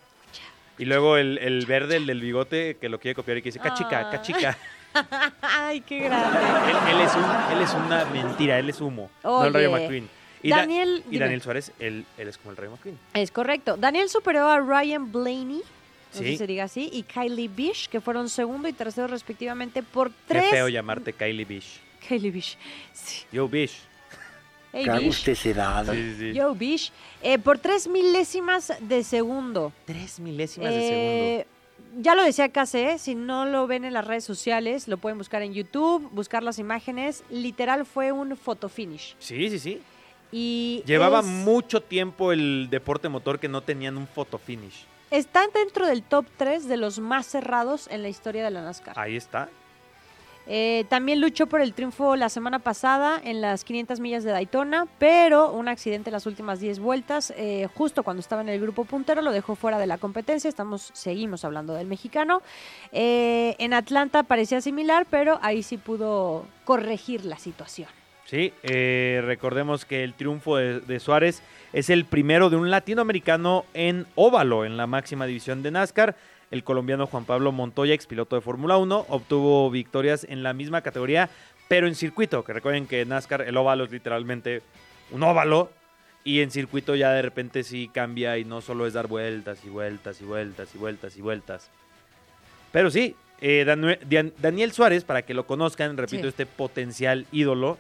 [SPEAKER 3] Y luego el, el verde, el del bigote, que lo quiere copiar y que dice, cachica,
[SPEAKER 4] Ah.
[SPEAKER 3] cachica.
[SPEAKER 4] Ay, qué grande.
[SPEAKER 3] Él, él es un- él es una mentira, él es humo. No el Rayo
[SPEAKER 4] Oye.
[SPEAKER 3] McQueen. Y, Da-
[SPEAKER 4] Daniel,
[SPEAKER 3] y
[SPEAKER 4] dime.
[SPEAKER 3] Daniel Suárez, él, él es como el Rayo McQueen.
[SPEAKER 4] Es correcto. Daniel superó a Ryan Blaney, no
[SPEAKER 3] Sí.
[SPEAKER 4] sé si se diga así, y Kylie Bish, que fueron segundo y tercero respectivamente por
[SPEAKER 3] Qué
[SPEAKER 4] tres.
[SPEAKER 3] feo llamarte Kylie Bish.
[SPEAKER 4] Kylie Bish. Sí.
[SPEAKER 3] Yo Bish.
[SPEAKER 4] Hey,
[SPEAKER 5] Cago
[SPEAKER 4] Bish.
[SPEAKER 5] usted se da.
[SPEAKER 3] Sí, sí, sí.
[SPEAKER 4] Yo, Bish. Eh, por tres milésimas de segundo.
[SPEAKER 3] Tres milésimas
[SPEAKER 4] Eh, Ya lo decía Case, si no lo ven en las redes sociales, lo pueden buscar en YouTube, buscar las imágenes. Literal fue un photo finish.
[SPEAKER 3] Sí, sí, sí.
[SPEAKER 4] Y
[SPEAKER 3] Llevaba
[SPEAKER 4] es-
[SPEAKER 3] mucho tiempo el deporte motor que no tenían un photo finish.
[SPEAKER 4] Está dentro del top 3 de los más cerrados en la historia de la NASCAR.
[SPEAKER 3] Ahí está.
[SPEAKER 4] Eh, también luchó por el triunfo la semana pasada en las 500 millas de Daytona, pero un accidente en las últimas 10 vueltas, eh, justo cuando estaba en el grupo puntero, lo dejó fuera de la competencia. Estamos, seguimos hablando del mexicano. Eh, en Atlanta parecía similar, pero ahí sí pudo corregir la situación.
[SPEAKER 3] Sí, eh, recordemos que el triunfo de, de Suárez es el primero de un latinoamericano en óvalo en la máxima división de NASCAR. El colombiano Juan Pablo Montoya, expiloto de Fórmula 1, obtuvo victorias en la misma categoría, pero en circuito. Que recuerden que NASCAR, el óvalo es literalmente un óvalo. Y en circuito ya de repente sí cambia y no solo es dar vueltas y vueltas y vueltas y vueltas y vueltas. Pero sí, eh, Danue- Dian- Daniel Suárez, para que lo conozcan, repito,
[SPEAKER 4] Sí.
[SPEAKER 3] este potencial ídolo,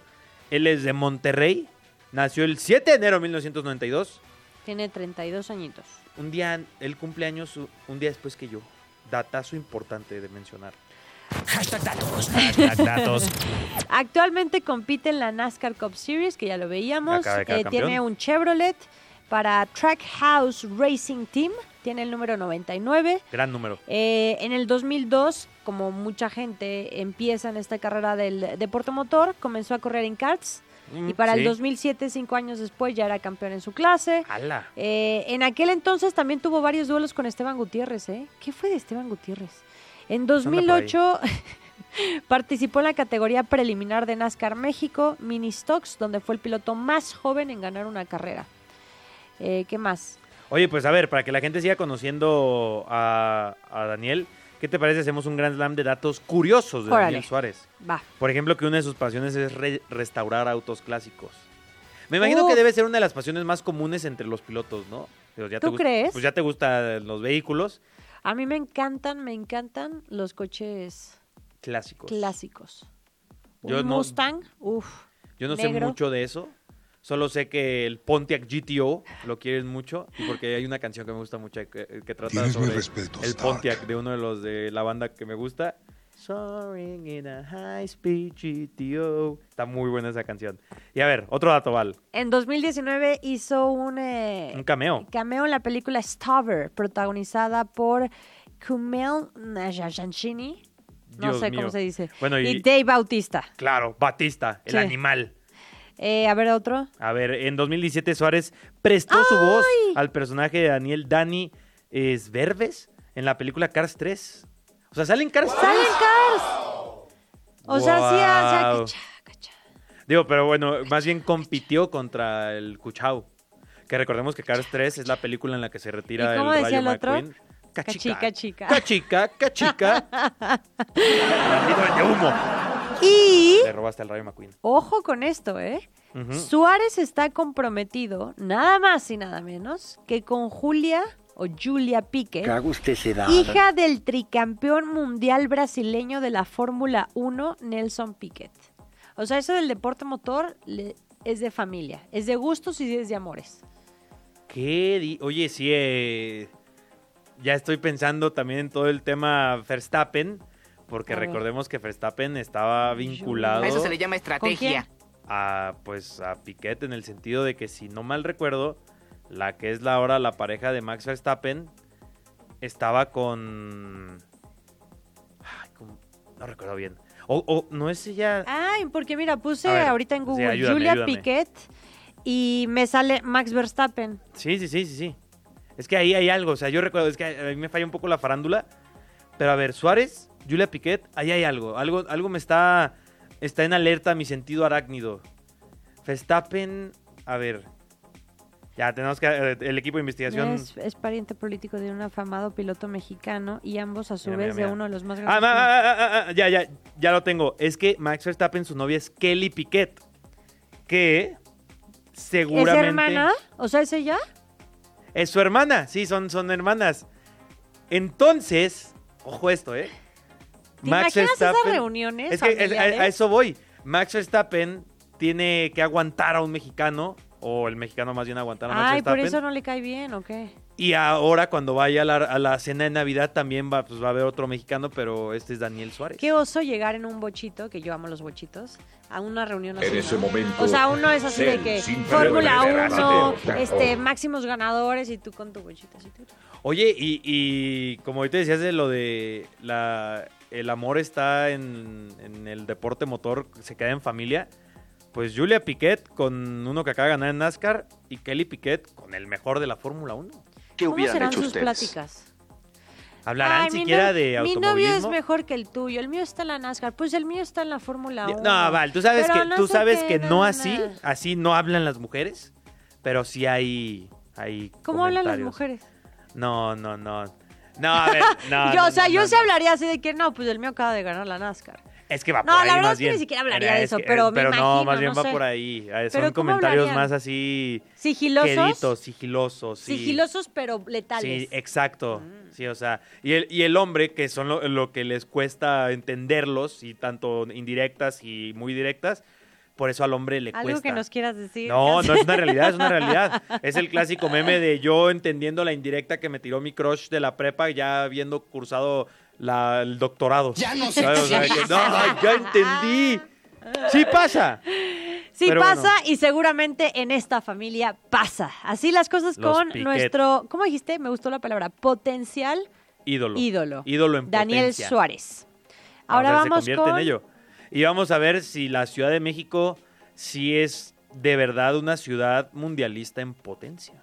[SPEAKER 3] él es de Monterrey, nació el 7 de enero de 1992,
[SPEAKER 4] Tiene 32 añitos.
[SPEAKER 3] un día, el cumpleaños u- un día después que yo. Datazo importante de mencionar.
[SPEAKER 6] Hashtag datos.
[SPEAKER 4] Actualmente compite en la NASCAR Cup Series, que ya lo veíamos.
[SPEAKER 3] Acaba de quedar
[SPEAKER 4] Eh, tiene
[SPEAKER 3] campeón.
[SPEAKER 4] un Chevrolet para Track House Racing Team. Tiene el número 99.
[SPEAKER 3] Gran número.
[SPEAKER 4] Eh, en el 2002, como mucha gente empieza en esta carrera del deporte motor, comenzó a correr en karts y para el 2007, cinco años después, ya era campeón en su clase.
[SPEAKER 3] ¡Hala!
[SPEAKER 4] Eh, en aquel entonces también tuvo varios duelos con Esteban Gutiérrez. ¿eh? ¿Qué fue de Esteban Gutiérrez? En 2008 participó en la categoría preliminar de NASCAR México Mini Stocks, donde fue el piloto más joven en ganar una carrera. Eh, ¿Qué más?
[SPEAKER 3] Oye, pues a ver, para que la gente siga conociendo a, a Daniel, ¿qué te parece? Hacemos un gran slam de datos curiosos de
[SPEAKER 4] Órale.
[SPEAKER 3] Daniel Suárez.
[SPEAKER 4] Va.
[SPEAKER 3] Por ejemplo, que una de sus pasiones es re- restaurar autos clásicos. Me imagino que
[SPEAKER 4] Uf.
[SPEAKER 3] debe ser una de las pasiones más comunes entre los pilotos, ¿no? Digo, ya te
[SPEAKER 4] ¿Tú
[SPEAKER 3] gust-
[SPEAKER 4] crees?
[SPEAKER 3] Pues ya te gustan los vehículos
[SPEAKER 4] A mí me encantan, me encantan los coches
[SPEAKER 3] clásicos.
[SPEAKER 4] clásicos.
[SPEAKER 3] Yo
[SPEAKER 4] Un
[SPEAKER 3] no-
[SPEAKER 4] Mustang, uff.
[SPEAKER 3] Yo no sé
[SPEAKER 4] negro.
[SPEAKER 3] mucho de eso. Solo sé que el Pontiac GTO lo quieren mucho y porque hay una canción que me gusta mucho que, que trata
[SPEAKER 8] Tienes mi
[SPEAKER 3] sobre
[SPEAKER 8] respeto,
[SPEAKER 3] el
[SPEAKER 8] Stark.
[SPEAKER 3] Pontiac de uno de los de la banda que me gusta. Soaring in a high speed GTO. Está muy buena esa canción. Y a ver, otro dato, Val.
[SPEAKER 4] En 2019 hizo un, eh,
[SPEAKER 3] Un cameo.
[SPEAKER 4] cameo en la película Stover, protagonizada por Kumail Nanjiani no
[SPEAKER 3] Dios
[SPEAKER 4] sé
[SPEAKER 3] mío.
[SPEAKER 4] cómo se dice.
[SPEAKER 3] Bueno, y,
[SPEAKER 4] y... Dave Bautista.
[SPEAKER 3] claro, Batista, el
[SPEAKER 4] Sí.
[SPEAKER 3] animal.
[SPEAKER 4] Eh, a ver, otro.
[SPEAKER 3] A ver, en 2017 Suárez prestó su voz al personaje de Daniel Dani Sverves en la película Cars 3. O sea, salen Cars 3.
[SPEAKER 4] ¡Salen Cars! O sea, sí, ah,
[SPEAKER 3] Guau.
[SPEAKER 4] o sea, cacha, cacha.
[SPEAKER 3] Digo, pero bueno, más bien compitió contra el Cuchao. Que recordemos que Cars 3 es la película en la que se retira
[SPEAKER 4] ¿Y
[SPEAKER 3] el
[SPEAKER 4] cómo decía
[SPEAKER 3] Rayo
[SPEAKER 4] el otro?
[SPEAKER 3] McQueen. Cachica,
[SPEAKER 4] Cachica, chica.
[SPEAKER 3] Cachica, cachica. Maldito de humo.
[SPEAKER 4] Y,
[SPEAKER 3] Le robaste al Rayo McQueen.
[SPEAKER 4] ojo con esto, ¿eh?
[SPEAKER 3] Ujú.
[SPEAKER 4] Suárez está comprometido, nada más y nada menos, que con Julia o Julia Pique,
[SPEAKER 6] usted se da.
[SPEAKER 4] hija del tricampeón mundial brasileño de la Fórmula 1, Nelson Piquet. O sea, eso del deporte motor le- es de familia, es de gustos y es de amores.
[SPEAKER 3] ¿Qué? di- Oye, sí, eh, ya estoy pensando también en todo el tema Verstappen, porque
[SPEAKER 4] A ver.
[SPEAKER 3] recordemos que Verstappen estaba vinculado
[SPEAKER 7] A eso se le llama
[SPEAKER 4] ¿Con quién?
[SPEAKER 7] estrategia.
[SPEAKER 3] a, pues, a Piquet en el sentido de que, si no mal recuerdo, la que es la ahora la pareja de Max Verstappen estaba con... Ay, ¿cómo? No recuerdo bien. O, o no es ella...
[SPEAKER 4] Ay, porque mira, puse
[SPEAKER 3] A ver,
[SPEAKER 4] ahorita en
[SPEAKER 3] sí,
[SPEAKER 4] Google
[SPEAKER 3] ayúdame,
[SPEAKER 4] Julia
[SPEAKER 3] ayúdame.
[SPEAKER 4] Piquet y me sale Max Verstappen.
[SPEAKER 3] Sí, sí, sí, sí, sí. Es que ahí hay algo. O sea, yo recuerdo, es que a mí me falla un poco la farándula. Pero a ver, Suárez, Julia Piquet, ahí hay algo. Algo, algo me está. Está en alerta mi sentido arácnido. Verstappen, a ver. Ya, tenemos que. eh, El equipo de investigación.
[SPEAKER 4] Es, es pariente político de un afamado piloto mexicano y ambos a su
[SPEAKER 3] Mira,
[SPEAKER 4] vez
[SPEAKER 3] mira, mira.
[SPEAKER 4] de uno de los más
[SPEAKER 3] Ah,
[SPEAKER 4] grandes.
[SPEAKER 3] ma- ah, ah, ah, ah, ya, ya, ya lo tengo. Es que Max Verstappen, su novia es Kelly Piquet. Que
[SPEAKER 4] ¿Es
[SPEAKER 3] seguramente.
[SPEAKER 4] hermana? O sea, ¿es ella?
[SPEAKER 3] Es su hermana, sí, son, son hermanas. Entonces, ojo esto, ¿eh?
[SPEAKER 4] ¿Te imaginas esas reuniones
[SPEAKER 3] Es que es- a,
[SPEAKER 4] familiares?
[SPEAKER 3] a eso voy. Max Verstappen tiene que aguantar a un mexicano, o el mexicano más bien aguantar a Max
[SPEAKER 4] Ay, por
[SPEAKER 3] Verstappen.
[SPEAKER 4] eso no le cae bien, ¿o qué?
[SPEAKER 3] Y ahora cuando vaya a la, a la cena de Navidad también va, pues, va a haber otro mexicano, pero este es Daniel Suárez.
[SPEAKER 4] Qué oso llegar en un bochito, que yo amo los bochitos, a una reunión así.
[SPEAKER 8] En
[SPEAKER 4] ¿no?
[SPEAKER 8] ese momento,
[SPEAKER 4] O sea, uno es así de
[SPEAKER 8] Cell,
[SPEAKER 4] que
[SPEAKER 8] sin
[SPEAKER 4] Fórmula
[SPEAKER 8] perder
[SPEAKER 4] 1,
[SPEAKER 8] el
[SPEAKER 4] este, máximos ganadores y tú con tu bochito así. tú.
[SPEAKER 3] Oye, y, y como ahorita decías de lo de la, el amor está en, en el deporte motor, se queda en familia, pues Julia Piquet con uno que acaba de ganar en NASCAR y Kelly Piquet con el mejor de la Fórmula 1.
[SPEAKER 8] ¿Qué
[SPEAKER 4] ¿Cómo
[SPEAKER 8] hubieran
[SPEAKER 4] serán
[SPEAKER 8] hecho
[SPEAKER 4] sus
[SPEAKER 8] ustedes?
[SPEAKER 4] pláticas?
[SPEAKER 3] ¿Hablarán
[SPEAKER 4] Ay, mi
[SPEAKER 3] siquiera
[SPEAKER 4] no-
[SPEAKER 3] de automovilismo?
[SPEAKER 4] Mi novio es mejor que el tuyo. El mío está en la NASCAR. Pues el mío está en la Fórmula 1.
[SPEAKER 3] No, Val, tú sabes
[SPEAKER 4] Pero
[SPEAKER 3] que, tú
[SPEAKER 4] sé
[SPEAKER 3] sabes que
[SPEAKER 4] qué, na,
[SPEAKER 3] no
[SPEAKER 4] na,
[SPEAKER 3] así,
[SPEAKER 4] na.
[SPEAKER 3] así no hablan las mujeres, pero sí hay... hay
[SPEAKER 4] ¿Cómo hablan las
[SPEAKER 3] comentarios.
[SPEAKER 4] mujeres?
[SPEAKER 3] No, no, no. No, a ver, Ah, no.
[SPEAKER 4] yo,
[SPEAKER 3] no,
[SPEAKER 4] o sea,
[SPEAKER 3] no,
[SPEAKER 4] yo
[SPEAKER 3] no,
[SPEAKER 4] sí
[SPEAKER 3] no.
[SPEAKER 4] hablaría así de que no, pues el mío acaba de ganar la NASCAR.
[SPEAKER 3] Es que va
[SPEAKER 4] No,
[SPEAKER 3] por ahí.
[SPEAKER 4] la verdad
[SPEAKER 3] más
[SPEAKER 4] es que ni
[SPEAKER 3] bien.
[SPEAKER 4] siquiera hablaría de
[SPEAKER 3] Es
[SPEAKER 4] eso,
[SPEAKER 3] que-
[SPEAKER 4] pero me
[SPEAKER 3] no,
[SPEAKER 4] imagino,
[SPEAKER 3] más bien
[SPEAKER 4] no
[SPEAKER 3] va
[SPEAKER 4] sé.
[SPEAKER 3] por ahí. Eh,
[SPEAKER 4] Pero
[SPEAKER 3] Son
[SPEAKER 4] ¿cómo
[SPEAKER 3] comentarios
[SPEAKER 4] hablarían?
[SPEAKER 3] más así.
[SPEAKER 4] Sigilosos.
[SPEAKER 3] queditos, sigilosos. Sí.
[SPEAKER 4] Sigilosos, Mm. pero letales.
[SPEAKER 3] Sí, eh, exacto. Sí, o sea, y el, y el hombre, que son lo, lo que les cuesta entenderlos, y tanto indirectas y muy directas, por eso al hombre le
[SPEAKER 4] Algo
[SPEAKER 3] cuesta.
[SPEAKER 4] que nos quieras decir.
[SPEAKER 3] No,
[SPEAKER 4] Cas-
[SPEAKER 3] no es una realidad, es una realidad. Es el clásico meme de yo entendiendo la indirecta que me tiró mi crush de la prepa ya habiendo cursado la- el doctorado.
[SPEAKER 6] Ya no
[SPEAKER 3] ¿Sabes? O sea, que, no, ya entendí.
[SPEAKER 4] Ah.
[SPEAKER 3] Sí pasa.
[SPEAKER 4] Sí
[SPEAKER 3] pero
[SPEAKER 4] pasa
[SPEAKER 3] bueno.
[SPEAKER 4] y seguramente en esta familia pasa. Así las cosas
[SPEAKER 3] Los
[SPEAKER 4] con
[SPEAKER 3] Piquet.
[SPEAKER 4] nuestro, ¿cómo dijiste? Me gustó la palabra, potencial
[SPEAKER 3] Ídolo.
[SPEAKER 4] ídolo.
[SPEAKER 3] Ídolo en
[SPEAKER 4] Daniel
[SPEAKER 3] potencia. Ah,
[SPEAKER 4] Suárez.
[SPEAKER 3] O sea,
[SPEAKER 4] Ahora
[SPEAKER 3] se
[SPEAKER 4] vamos
[SPEAKER 3] convierte
[SPEAKER 4] con...
[SPEAKER 3] en ello. Y vamos a ver si la Ciudad de México sí es de verdad una ciudad mundialista en potencia.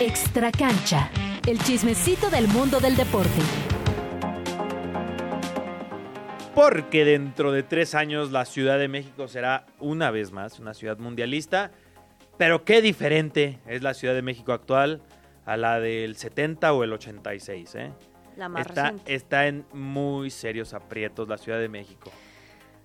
[SPEAKER 1] Extra cancha. El chismecito del mundo del deporte.
[SPEAKER 3] Porque dentro de tres años la Ciudad de México será una vez más una ciudad mundialista. Pero qué diferente es la Ciudad de México actual a la del 70 o el 86. ¿eh?
[SPEAKER 4] La más
[SPEAKER 3] Está,
[SPEAKER 4] reciente.
[SPEAKER 3] está en muy serios aprietos la Ciudad de México.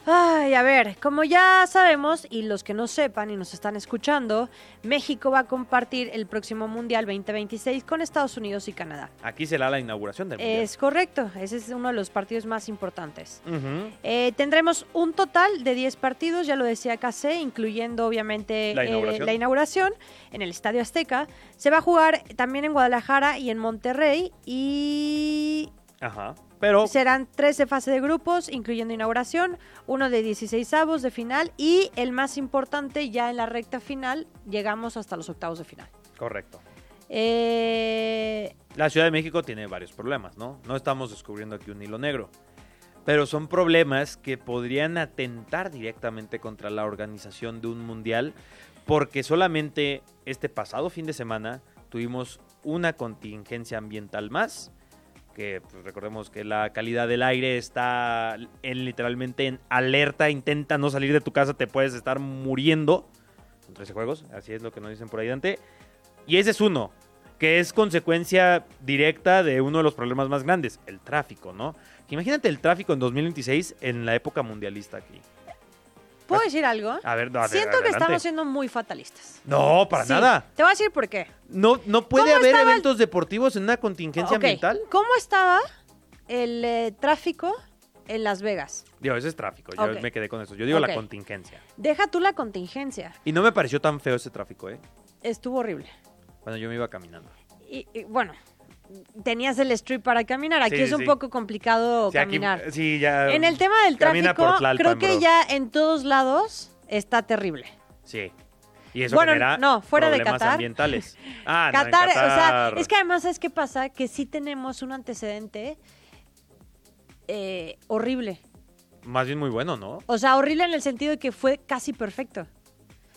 [SPEAKER 4] Ay, a ver, como ya sabemos y los que no sepan y nos están escuchando, México va a compartir el próximo Mundial 2026 con Estados Unidos y Canadá.
[SPEAKER 3] Aquí será la inauguración del Mundial.
[SPEAKER 4] Es correcto, ese es uno de los partidos más importantes.
[SPEAKER 3] Ujú.
[SPEAKER 4] Eh, tendremos un total de 10 partidos, ya lo decía Casé, incluyendo obviamente
[SPEAKER 3] La
[SPEAKER 4] eh,
[SPEAKER 3] inauguración.
[SPEAKER 4] la inauguración en el Estadio Azteca. Se va a jugar también en Guadalajara y en Monterrey y
[SPEAKER 3] Ajá. Pero
[SPEAKER 4] Serán 13 fases de grupos, incluyendo inauguración, uno de 16 avos de final y el más importante, ya en la recta final, llegamos hasta los octavos de final.
[SPEAKER 3] Correcto.
[SPEAKER 4] Eh,
[SPEAKER 3] La Ciudad de México tiene varios problemas, ¿no? No estamos descubriendo aquí un hilo negro. pero son problemas que podrían atentar directamente contra la organización de un mundial, porque solamente este pasado fin de semana tuvimos una contingencia ambiental más, que pues, recordemos que la calidad del aire está en- literalmente en alerta, intenta no salir de tu casa, te puedes estar muriendo. Son 13 juegos, así es lo que nos dicen por ahí Dante. Y ese es uno, que es consecuencia directa de uno de los problemas más grandes, el tráfico, ¿no? Que Imagínate el tráfico en 2026 en la época mundialista aquí.
[SPEAKER 4] ¿Puedo decir algo?
[SPEAKER 3] A ver, no, a ver,
[SPEAKER 4] Siento que
[SPEAKER 3] adelante.
[SPEAKER 4] estamos siendo muy fatalistas.
[SPEAKER 3] No, para
[SPEAKER 4] Sí.
[SPEAKER 3] nada.
[SPEAKER 4] Te voy a decir por qué.
[SPEAKER 3] No, no puede
[SPEAKER 4] ¿Cómo
[SPEAKER 3] haber
[SPEAKER 4] estaba el-
[SPEAKER 3] eventos deportivos en una contingencia
[SPEAKER 4] Ok,
[SPEAKER 3] ambiental.
[SPEAKER 4] ¿Cómo estaba el eh, tráfico en Las Vegas?
[SPEAKER 3] Digo, ese es tráfico, yo
[SPEAKER 4] Ok.
[SPEAKER 3] me quedé con eso. Yo digo
[SPEAKER 4] Ok.
[SPEAKER 3] la contingencia.
[SPEAKER 4] Deja tú la contingencia.
[SPEAKER 3] Y no me pareció tan feo ese tráfico, ¿eh?
[SPEAKER 4] Estuvo horrible.
[SPEAKER 3] Cuando yo me iba caminando.
[SPEAKER 4] Y, y, bueno, tenías el strip para caminar. Aquí
[SPEAKER 3] Sí,
[SPEAKER 4] es un
[SPEAKER 3] sí.
[SPEAKER 4] poco complicado
[SPEAKER 3] Sí, aquí-
[SPEAKER 4] caminar.
[SPEAKER 3] sí, ya.
[SPEAKER 4] En el tema del
[SPEAKER 3] camina
[SPEAKER 4] tráfico,
[SPEAKER 3] por Tlalpan,
[SPEAKER 4] creo que
[SPEAKER 3] bro.
[SPEAKER 4] ya en todos lados está terrible.
[SPEAKER 3] Sí. Y eso
[SPEAKER 4] Bueno,
[SPEAKER 3] genera
[SPEAKER 4] no, fuera de
[SPEAKER 3] problemas
[SPEAKER 4] Qatar.
[SPEAKER 3] ambientales. Ah, no, en
[SPEAKER 4] Qatar, o
[SPEAKER 3] Qatar.
[SPEAKER 4] sea, es que además, ¿sabes qué pasa? Que sí tenemos un antecedente eh, horrible.
[SPEAKER 3] Más bien muy bueno, ¿no?
[SPEAKER 4] O sea, horrible en el sentido de que fue casi perfecto.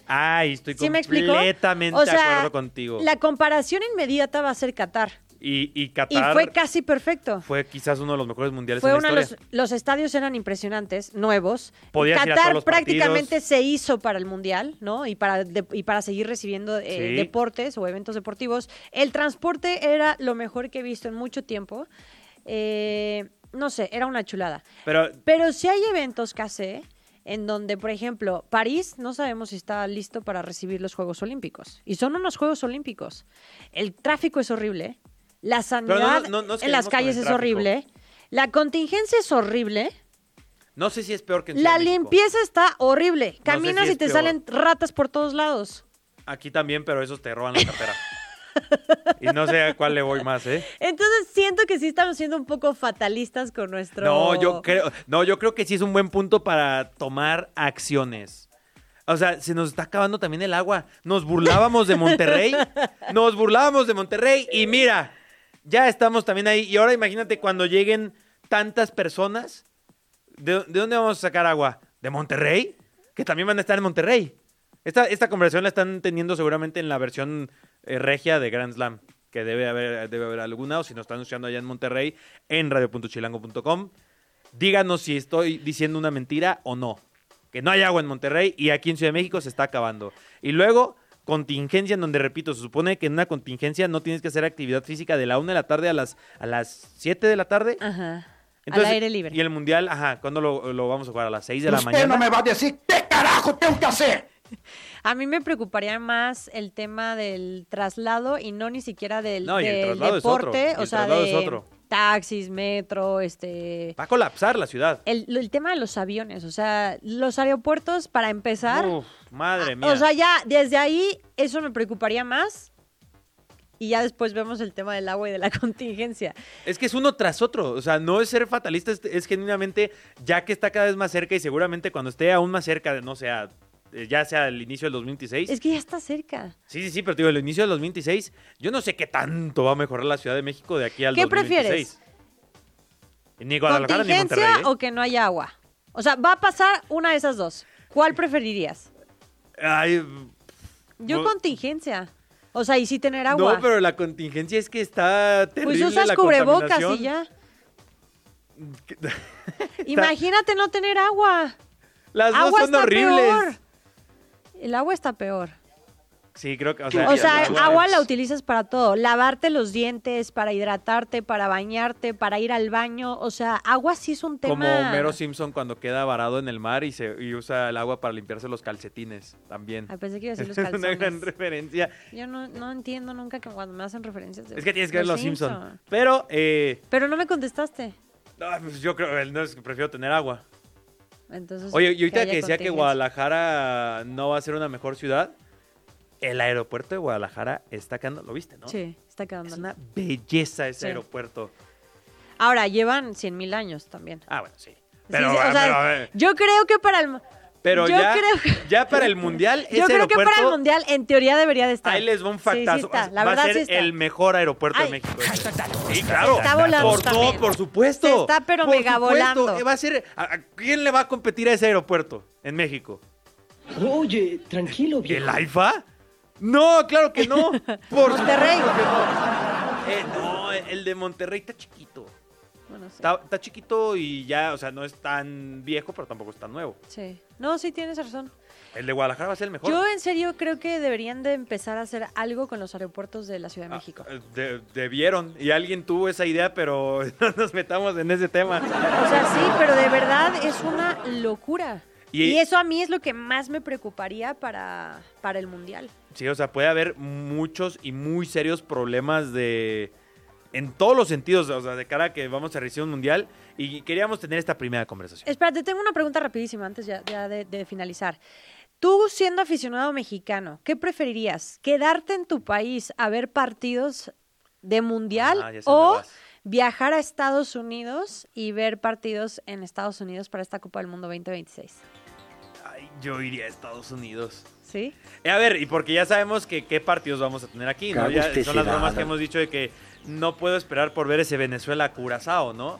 [SPEAKER 3] Ay, estoy
[SPEAKER 4] ¿Sí me explico?
[SPEAKER 3] completamente
[SPEAKER 4] O sea,
[SPEAKER 3] de acuerdo contigo.
[SPEAKER 4] La comparación inmediata va a ser Qatar.
[SPEAKER 3] Y, y
[SPEAKER 4] Y
[SPEAKER 3] Qatar
[SPEAKER 4] fue casi perfecto.
[SPEAKER 3] fue quizás uno de los mejores mundiales
[SPEAKER 4] Fue
[SPEAKER 3] en la
[SPEAKER 4] uno de
[SPEAKER 3] historia.
[SPEAKER 4] los, los estadios eran impresionantes, nuevos.
[SPEAKER 3] Podías ir a
[SPEAKER 4] Qatar
[SPEAKER 3] todos los
[SPEAKER 4] prácticamente
[SPEAKER 3] partidos.
[SPEAKER 4] se hizo para el Mundial, ¿no? Y para, de- y para seguir recibiendo eh,
[SPEAKER 3] Sí.
[SPEAKER 4] deportes o eventos deportivos. El transporte era lo mejor que he visto en mucho tiempo. Eh, no sé, era una chulada.
[SPEAKER 3] Pero
[SPEAKER 4] Pero sí hay eventos, Case, en donde, por ejemplo, París no sabemos si está listo para recibir los Juegos Olímpicos. Y son unos Juegos Olímpicos. El tráfico es horrible. La sanidad
[SPEAKER 3] no nos
[SPEAKER 4] en
[SPEAKER 3] quedemos
[SPEAKER 4] las
[SPEAKER 3] con
[SPEAKER 4] calles
[SPEAKER 3] el
[SPEAKER 4] es
[SPEAKER 3] tráfico.
[SPEAKER 4] horrible. La contingencia es horrible.
[SPEAKER 3] no sé si es peor que en
[SPEAKER 4] La
[SPEAKER 3] Ciudad de México.
[SPEAKER 4] limpieza está horrible. Caminas
[SPEAKER 3] si
[SPEAKER 4] y
[SPEAKER 3] es
[SPEAKER 4] te
[SPEAKER 3] peor.
[SPEAKER 4] salen ratas por todos lados.
[SPEAKER 3] Aquí también, pero esos te roban la cartera. y no sé a cuál le voy más, ¿eh?
[SPEAKER 4] Entonces siento que sí estamos siendo un poco fatalistas con nuestro...
[SPEAKER 3] No, yo creo, no, yo creo que sí es un buen punto para tomar acciones. O sea, se nos está acabando también el agua. Nos burlábamos de Monterrey. Nos burlábamos de Monterrey. Y mira, ya estamos también ahí. Y ahora imagínate cuando lleguen tantas personas. ¿De, de dónde vamos a sacar agua? ¿De Monterrey? Que también van a estar en Monterrey. Esta, esta conversación la están teniendo seguramente en la versión eh, regia de Grand Slam, que debe haber, debe haber alguna, o si nos están anunciando allá en Monterrey, en radio.chilango.com. Díganos si estoy diciendo una mentira o no. Que no hay agua en Monterrey y aquí en Ciudad de México se está acabando. Y luego, contingencia en donde, repito, se supone que en una contingencia no tienes que hacer actividad física de la 1 de la tarde a las, a las 7 de la tarde.
[SPEAKER 4] Ajá.
[SPEAKER 3] Entonces,
[SPEAKER 4] Al aire libre.
[SPEAKER 3] Y el mundial, ajá, ¿cuándo lo, lo vamos a jugar? ¿A las 6 de la mañana?
[SPEAKER 6] va a decir qué carajo tengo que hacer.
[SPEAKER 4] A mí me preocuparía más el tema del traslado y no ni siquiera del,
[SPEAKER 3] No, y el
[SPEAKER 4] del
[SPEAKER 3] traslado es otro,
[SPEAKER 4] deporte,
[SPEAKER 3] y el
[SPEAKER 4] o sea,
[SPEAKER 3] traslado es
[SPEAKER 4] de
[SPEAKER 3] otro.
[SPEAKER 4] taxis, metro, este...
[SPEAKER 3] Va a colapsar la ciudad.
[SPEAKER 4] El, el tema de los aviones, o sea, los aeropuertos para empezar,
[SPEAKER 3] Uf, madre mía.
[SPEAKER 4] Ah, o sea, ya desde ahí eso me preocuparía más y ya después vemos el tema del agua y de la contingencia.
[SPEAKER 3] Es que es uno tras otro. O sea, no es ser fatalista, es, es genuinamente ya que está cada vez más cerca y seguramente cuando esté aún más cerca de, no sea, eh, ya sea el inicio del 2026.
[SPEAKER 4] Es que ya está cerca.
[SPEAKER 3] Sí, sí, sí, pero te digo, el inicio del 2026, yo no sé qué tanto va a mejorar la Ciudad de México de aquí al
[SPEAKER 4] ¿Qué
[SPEAKER 3] 2026. prefieres? Ni Guadalajara ni
[SPEAKER 4] ¿Contingencia
[SPEAKER 3] Monterrey. ¿eh?
[SPEAKER 4] o que no haya agua? O sea, va a pasar una de esas dos. ¿Cuál preferirías?
[SPEAKER 3] Ay,
[SPEAKER 4] Yo
[SPEAKER 3] No.
[SPEAKER 4] contingencia. O sea, y sí tener agua.
[SPEAKER 3] No, pero la contingencia es que está terrible
[SPEAKER 4] Pues usas
[SPEAKER 3] la
[SPEAKER 4] cubrebocas y
[SPEAKER 3] contaminación.
[SPEAKER 4] ya. Imagínate no tener agua.
[SPEAKER 3] Las dos
[SPEAKER 4] agua
[SPEAKER 3] son
[SPEAKER 4] está
[SPEAKER 3] horribles.
[SPEAKER 4] peor. El agua está peor.
[SPEAKER 3] Sí, creo que, o sea,
[SPEAKER 4] O sea,
[SPEAKER 3] el
[SPEAKER 4] agua la utilizas para todo. Lavarte los dientes, para hidratarte, para bañarte, para ir al baño. O sea, agua sí es un
[SPEAKER 3] Como
[SPEAKER 4] tema...
[SPEAKER 3] Homero Simpson cuando queda varado en el mar y, se, y usa el agua para limpiarse los calcetines también.
[SPEAKER 4] Ay, pensé que iba a decir Ah, los
[SPEAKER 3] es una gran
[SPEAKER 4] calzones.
[SPEAKER 3] referencia.
[SPEAKER 4] Yo no, no entiendo nunca que cuando me hacen referencias de
[SPEAKER 3] Es que tienes que ver Los Simpson.
[SPEAKER 4] Simpson.
[SPEAKER 3] Pero, eh,
[SPEAKER 4] Pero no me contestaste.
[SPEAKER 3] no, pues yo creo, no, es que prefiero tener agua.
[SPEAKER 4] Entonces,
[SPEAKER 3] Oye, y ahorita que,
[SPEAKER 4] haya
[SPEAKER 3] decía que
[SPEAKER 4] contingencia.
[SPEAKER 3] Guadalajara no va a ser una mejor ciudad, el aeropuerto de Guadalajara está quedando, lo viste, ¿no?
[SPEAKER 4] Sí, está quedando.
[SPEAKER 3] Es una belleza ese
[SPEAKER 4] Sí.
[SPEAKER 3] aeropuerto.
[SPEAKER 4] Ahora, llevan 100 mil años también.
[SPEAKER 3] Ah, bueno, sí.
[SPEAKER 4] Sí,
[SPEAKER 3] Pero,
[SPEAKER 4] sí, o
[SPEAKER 3] eh,
[SPEAKER 4] sea,
[SPEAKER 3] pero, eh,
[SPEAKER 4] yo creo que para el...
[SPEAKER 3] Pero
[SPEAKER 4] Yo
[SPEAKER 3] ya,
[SPEAKER 4] creo que-
[SPEAKER 3] ya para el mundial,
[SPEAKER 4] Yo
[SPEAKER 3] ese
[SPEAKER 4] creo que para el
[SPEAKER 3] aeropuerto,
[SPEAKER 4] mundial, en teoría, debería de estar.
[SPEAKER 3] ahí les va un
[SPEAKER 4] Sí, sí
[SPEAKER 3] factazo.
[SPEAKER 4] está. La
[SPEAKER 3] va
[SPEAKER 4] verdad
[SPEAKER 3] a ser
[SPEAKER 4] sí está.
[SPEAKER 3] el mejor aeropuerto
[SPEAKER 4] Ay.
[SPEAKER 3] de México. Sí, claro.
[SPEAKER 4] Está volando
[SPEAKER 3] por todo,
[SPEAKER 4] también.
[SPEAKER 3] por supuesto.
[SPEAKER 4] Se está, pero
[SPEAKER 3] Por
[SPEAKER 4] mega
[SPEAKER 3] supuesto.
[SPEAKER 4] volando.
[SPEAKER 3] Eh, Va a ser, ¿a- a ¿Quién le va a competir a ese aeropuerto en México?
[SPEAKER 7] Oye, tranquilo,
[SPEAKER 3] ¿El
[SPEAKER 7] viejo.
[SPEAKER 3] AIFA? No, claro que no. Por
[SPEAKER 4] Monterrey.
[SPEAKER 3] supuesto que no. Eh, no, el de Monterrey está chiquito.
[SPEAKER 4] Bueno, sí.
[SPEAKER 3] Está, está chiquito y ya, o sea, no es tan viejo, pero tampoco es tan nuevo.
[SPEAKER 4] Sí. No, sí tienes razón.
[SPEAKER 3] El de Guadalajara va a ser el mejor.
[SPEAKER 4] Yo en serio creo que deberían de empezar a hacer algo con los aeropuertos de la Ciudad de México.
[SPEAKER 3] Ah, de- debieron. Y alguien tuvo esa idea, pero no nos metamos en ese tema.
[SPEAKER 4] O sea, sí, pero de verdad es una locura.
[SPEAKER 3] Y-
[SPEAKER 4] Y, eso a mí es lo que más me preocuparía para, para el Mundial.
[SPEAKER 3] Sí, o sea, puede haber muchos y muy serios problemas de. En todos los sentidos, o sea, de cara a que vamos a recibir un mundial. Y queríamos tener esta primera conversación.
[SPEAKER 4] Espérate, tengo una pregunta rapidísima antes ya, ya de, de finalizar. Tú siendo aficionado mexicano, ¿qué preferirías? ¿Quedarte en tu país a ver partidos de Mundial
[SPEAKER 3] Ah, ya sé dónde
[SPEAKER 4] o
[SPEAKER 3] vas.
[SPEAKER 4] viajar a Estados Unidos y ver partidos en Estados Unidos para esta Copa del Mundo 2026?
[SPEAKER 3] Ay, yo iría a Estados Unidos.
[SPEAKER 4] ¿Sí?
[SPEAKER 3] Eh, a ver, y porque ya sabemos que qué partidos vamos a tener aquí, ¿no?
[SPEAKER 7] Cago
[SPEAKER 3] Ya
[SPEAKER 7] usted
[SPEAKER 3] son las
[SPEAKER 7] sedado.
[SPEAKER 3] bromas que hemos dicho de que no puedo esperar por ver ese Venezuela Curazao, ¿no?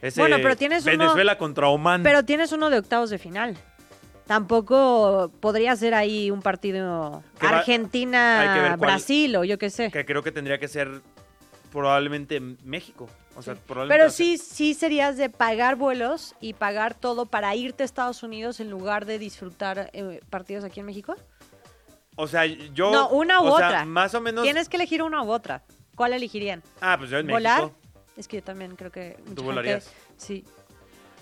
[SPEAKER 3] Ese
[SPEAKER 4] Bueno, pero tienes uno-
[SPEAKER 3] Venezuela contra Oman.
[SPEAKER 4] Pero tienes uno de octavos de final. Tampoco podría ser ahí un partido
[SPEAKER 3] Que va- hay que ver cuál-
[SPEAKER 4] Argentina-Brasil o yo qué sé.
[SPEAKER 3] Que creo que tendría que ser probablemente México. O sea, probablemente va
[SPEAKER 4] Pero
[SPEAKER 3] a ser-
[SPEAKER 4] sí, sí serías de pagar vuelos y pagar todo para irte a Estados Unidos en lugar de disfrutar eh, partidos aquí en México.
[SPEAKER 3] O sea, yo.
[SPEAKER 4] no, una u
[SPEAKER 3] o sea,
[SPEAKER 4] otra.
[SPEAKER 3] más o menos.
[SPEAKER 4] Tienes que elegir una u otra. ¿Cuál elegirían?
[SPEAKER 3] Ah, pues yo en
[SPEAKER 4] ¿Volar?
[SPEAKER 3] México.
[SPEAKER 4] Es que yo también creo que. mucha gente-
[SPEAKER 3] volarías?
[SPEAKER 4] Sí.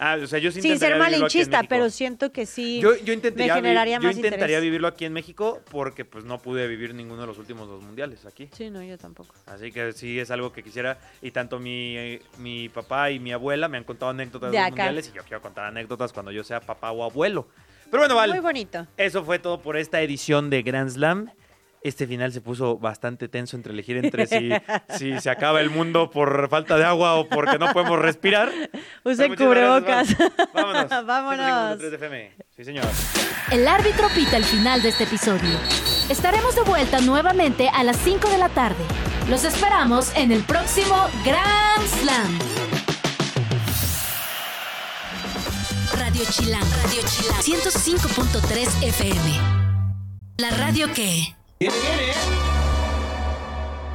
[SPEAKER 3] Ah, o sea, yo sí
[SPEAKER 4] Sin ser
[SPEAKER 3] intentaría vivirlo aquí en
[SPEAKER 4] malinchista,
[SPEAKER 3] México.
[SPEAKER 4] pero siento que sí.
[SPEAKER 3] Yo, yo intentaría,
[SPEAKER 4] me
[SPEAKER 3] vi-
[SPEAKER 4] generaría
[SPEAKER 3] yo
[SPEAKER 4] más
[SPEAKER 3] intentaría
[SPEAKER 4] interés.
[SPEAKER 3] vivirlo aquí en México porque pues no pude vivir ninguno de los últimos dos mundiales aquí.
[SPEAKER 4] Sí, no, yo tampoco.
[SPEAKER 3] Así que sí es algo que quisiera. Y tanto mi, eh, mi papá y mi abuela me han contado anécdotas
[SPEAKER 4] De
[SPEAKER 3] de los
[SPEAKER 4] acá.
[SPEAKER 3] mundiales y yo quiero contar anécdotas cuando yo sea papá o abuelo. Pero bueno,
[SPEAKER 4] Muy
[SPEAKER 3] Val,
[SPEAKER 4] bonito.
[SPEAKER 3] eso fue todo por esta edición de Grand Slam. Este final se puso bastante tenso entre elegir entre si, si se acaba el mundo por falta de agua o porque no podemos respirar. Pero
[SPEAKER 4] Usen
[SPEAKER 3] muchísimas
[SPEAKER 4] cubrebocas.
[SPEAKER 3] gracias, Val. Vámonos.
[SPEAKER 4] Vámonos.
[SPEAKER 3] 105.3 FM. Sí, señor.
[SPEAKER 1] El árbitro pita el final de este episodio. Estaremos de vuelta nuevamente a las 5 de la tarde. Los esperamos en el próximo Grand Slam. Radio Chilán, Radio Chilán, 105.3 FM. La radio que...
[SPEAKER 5] Viene, viene.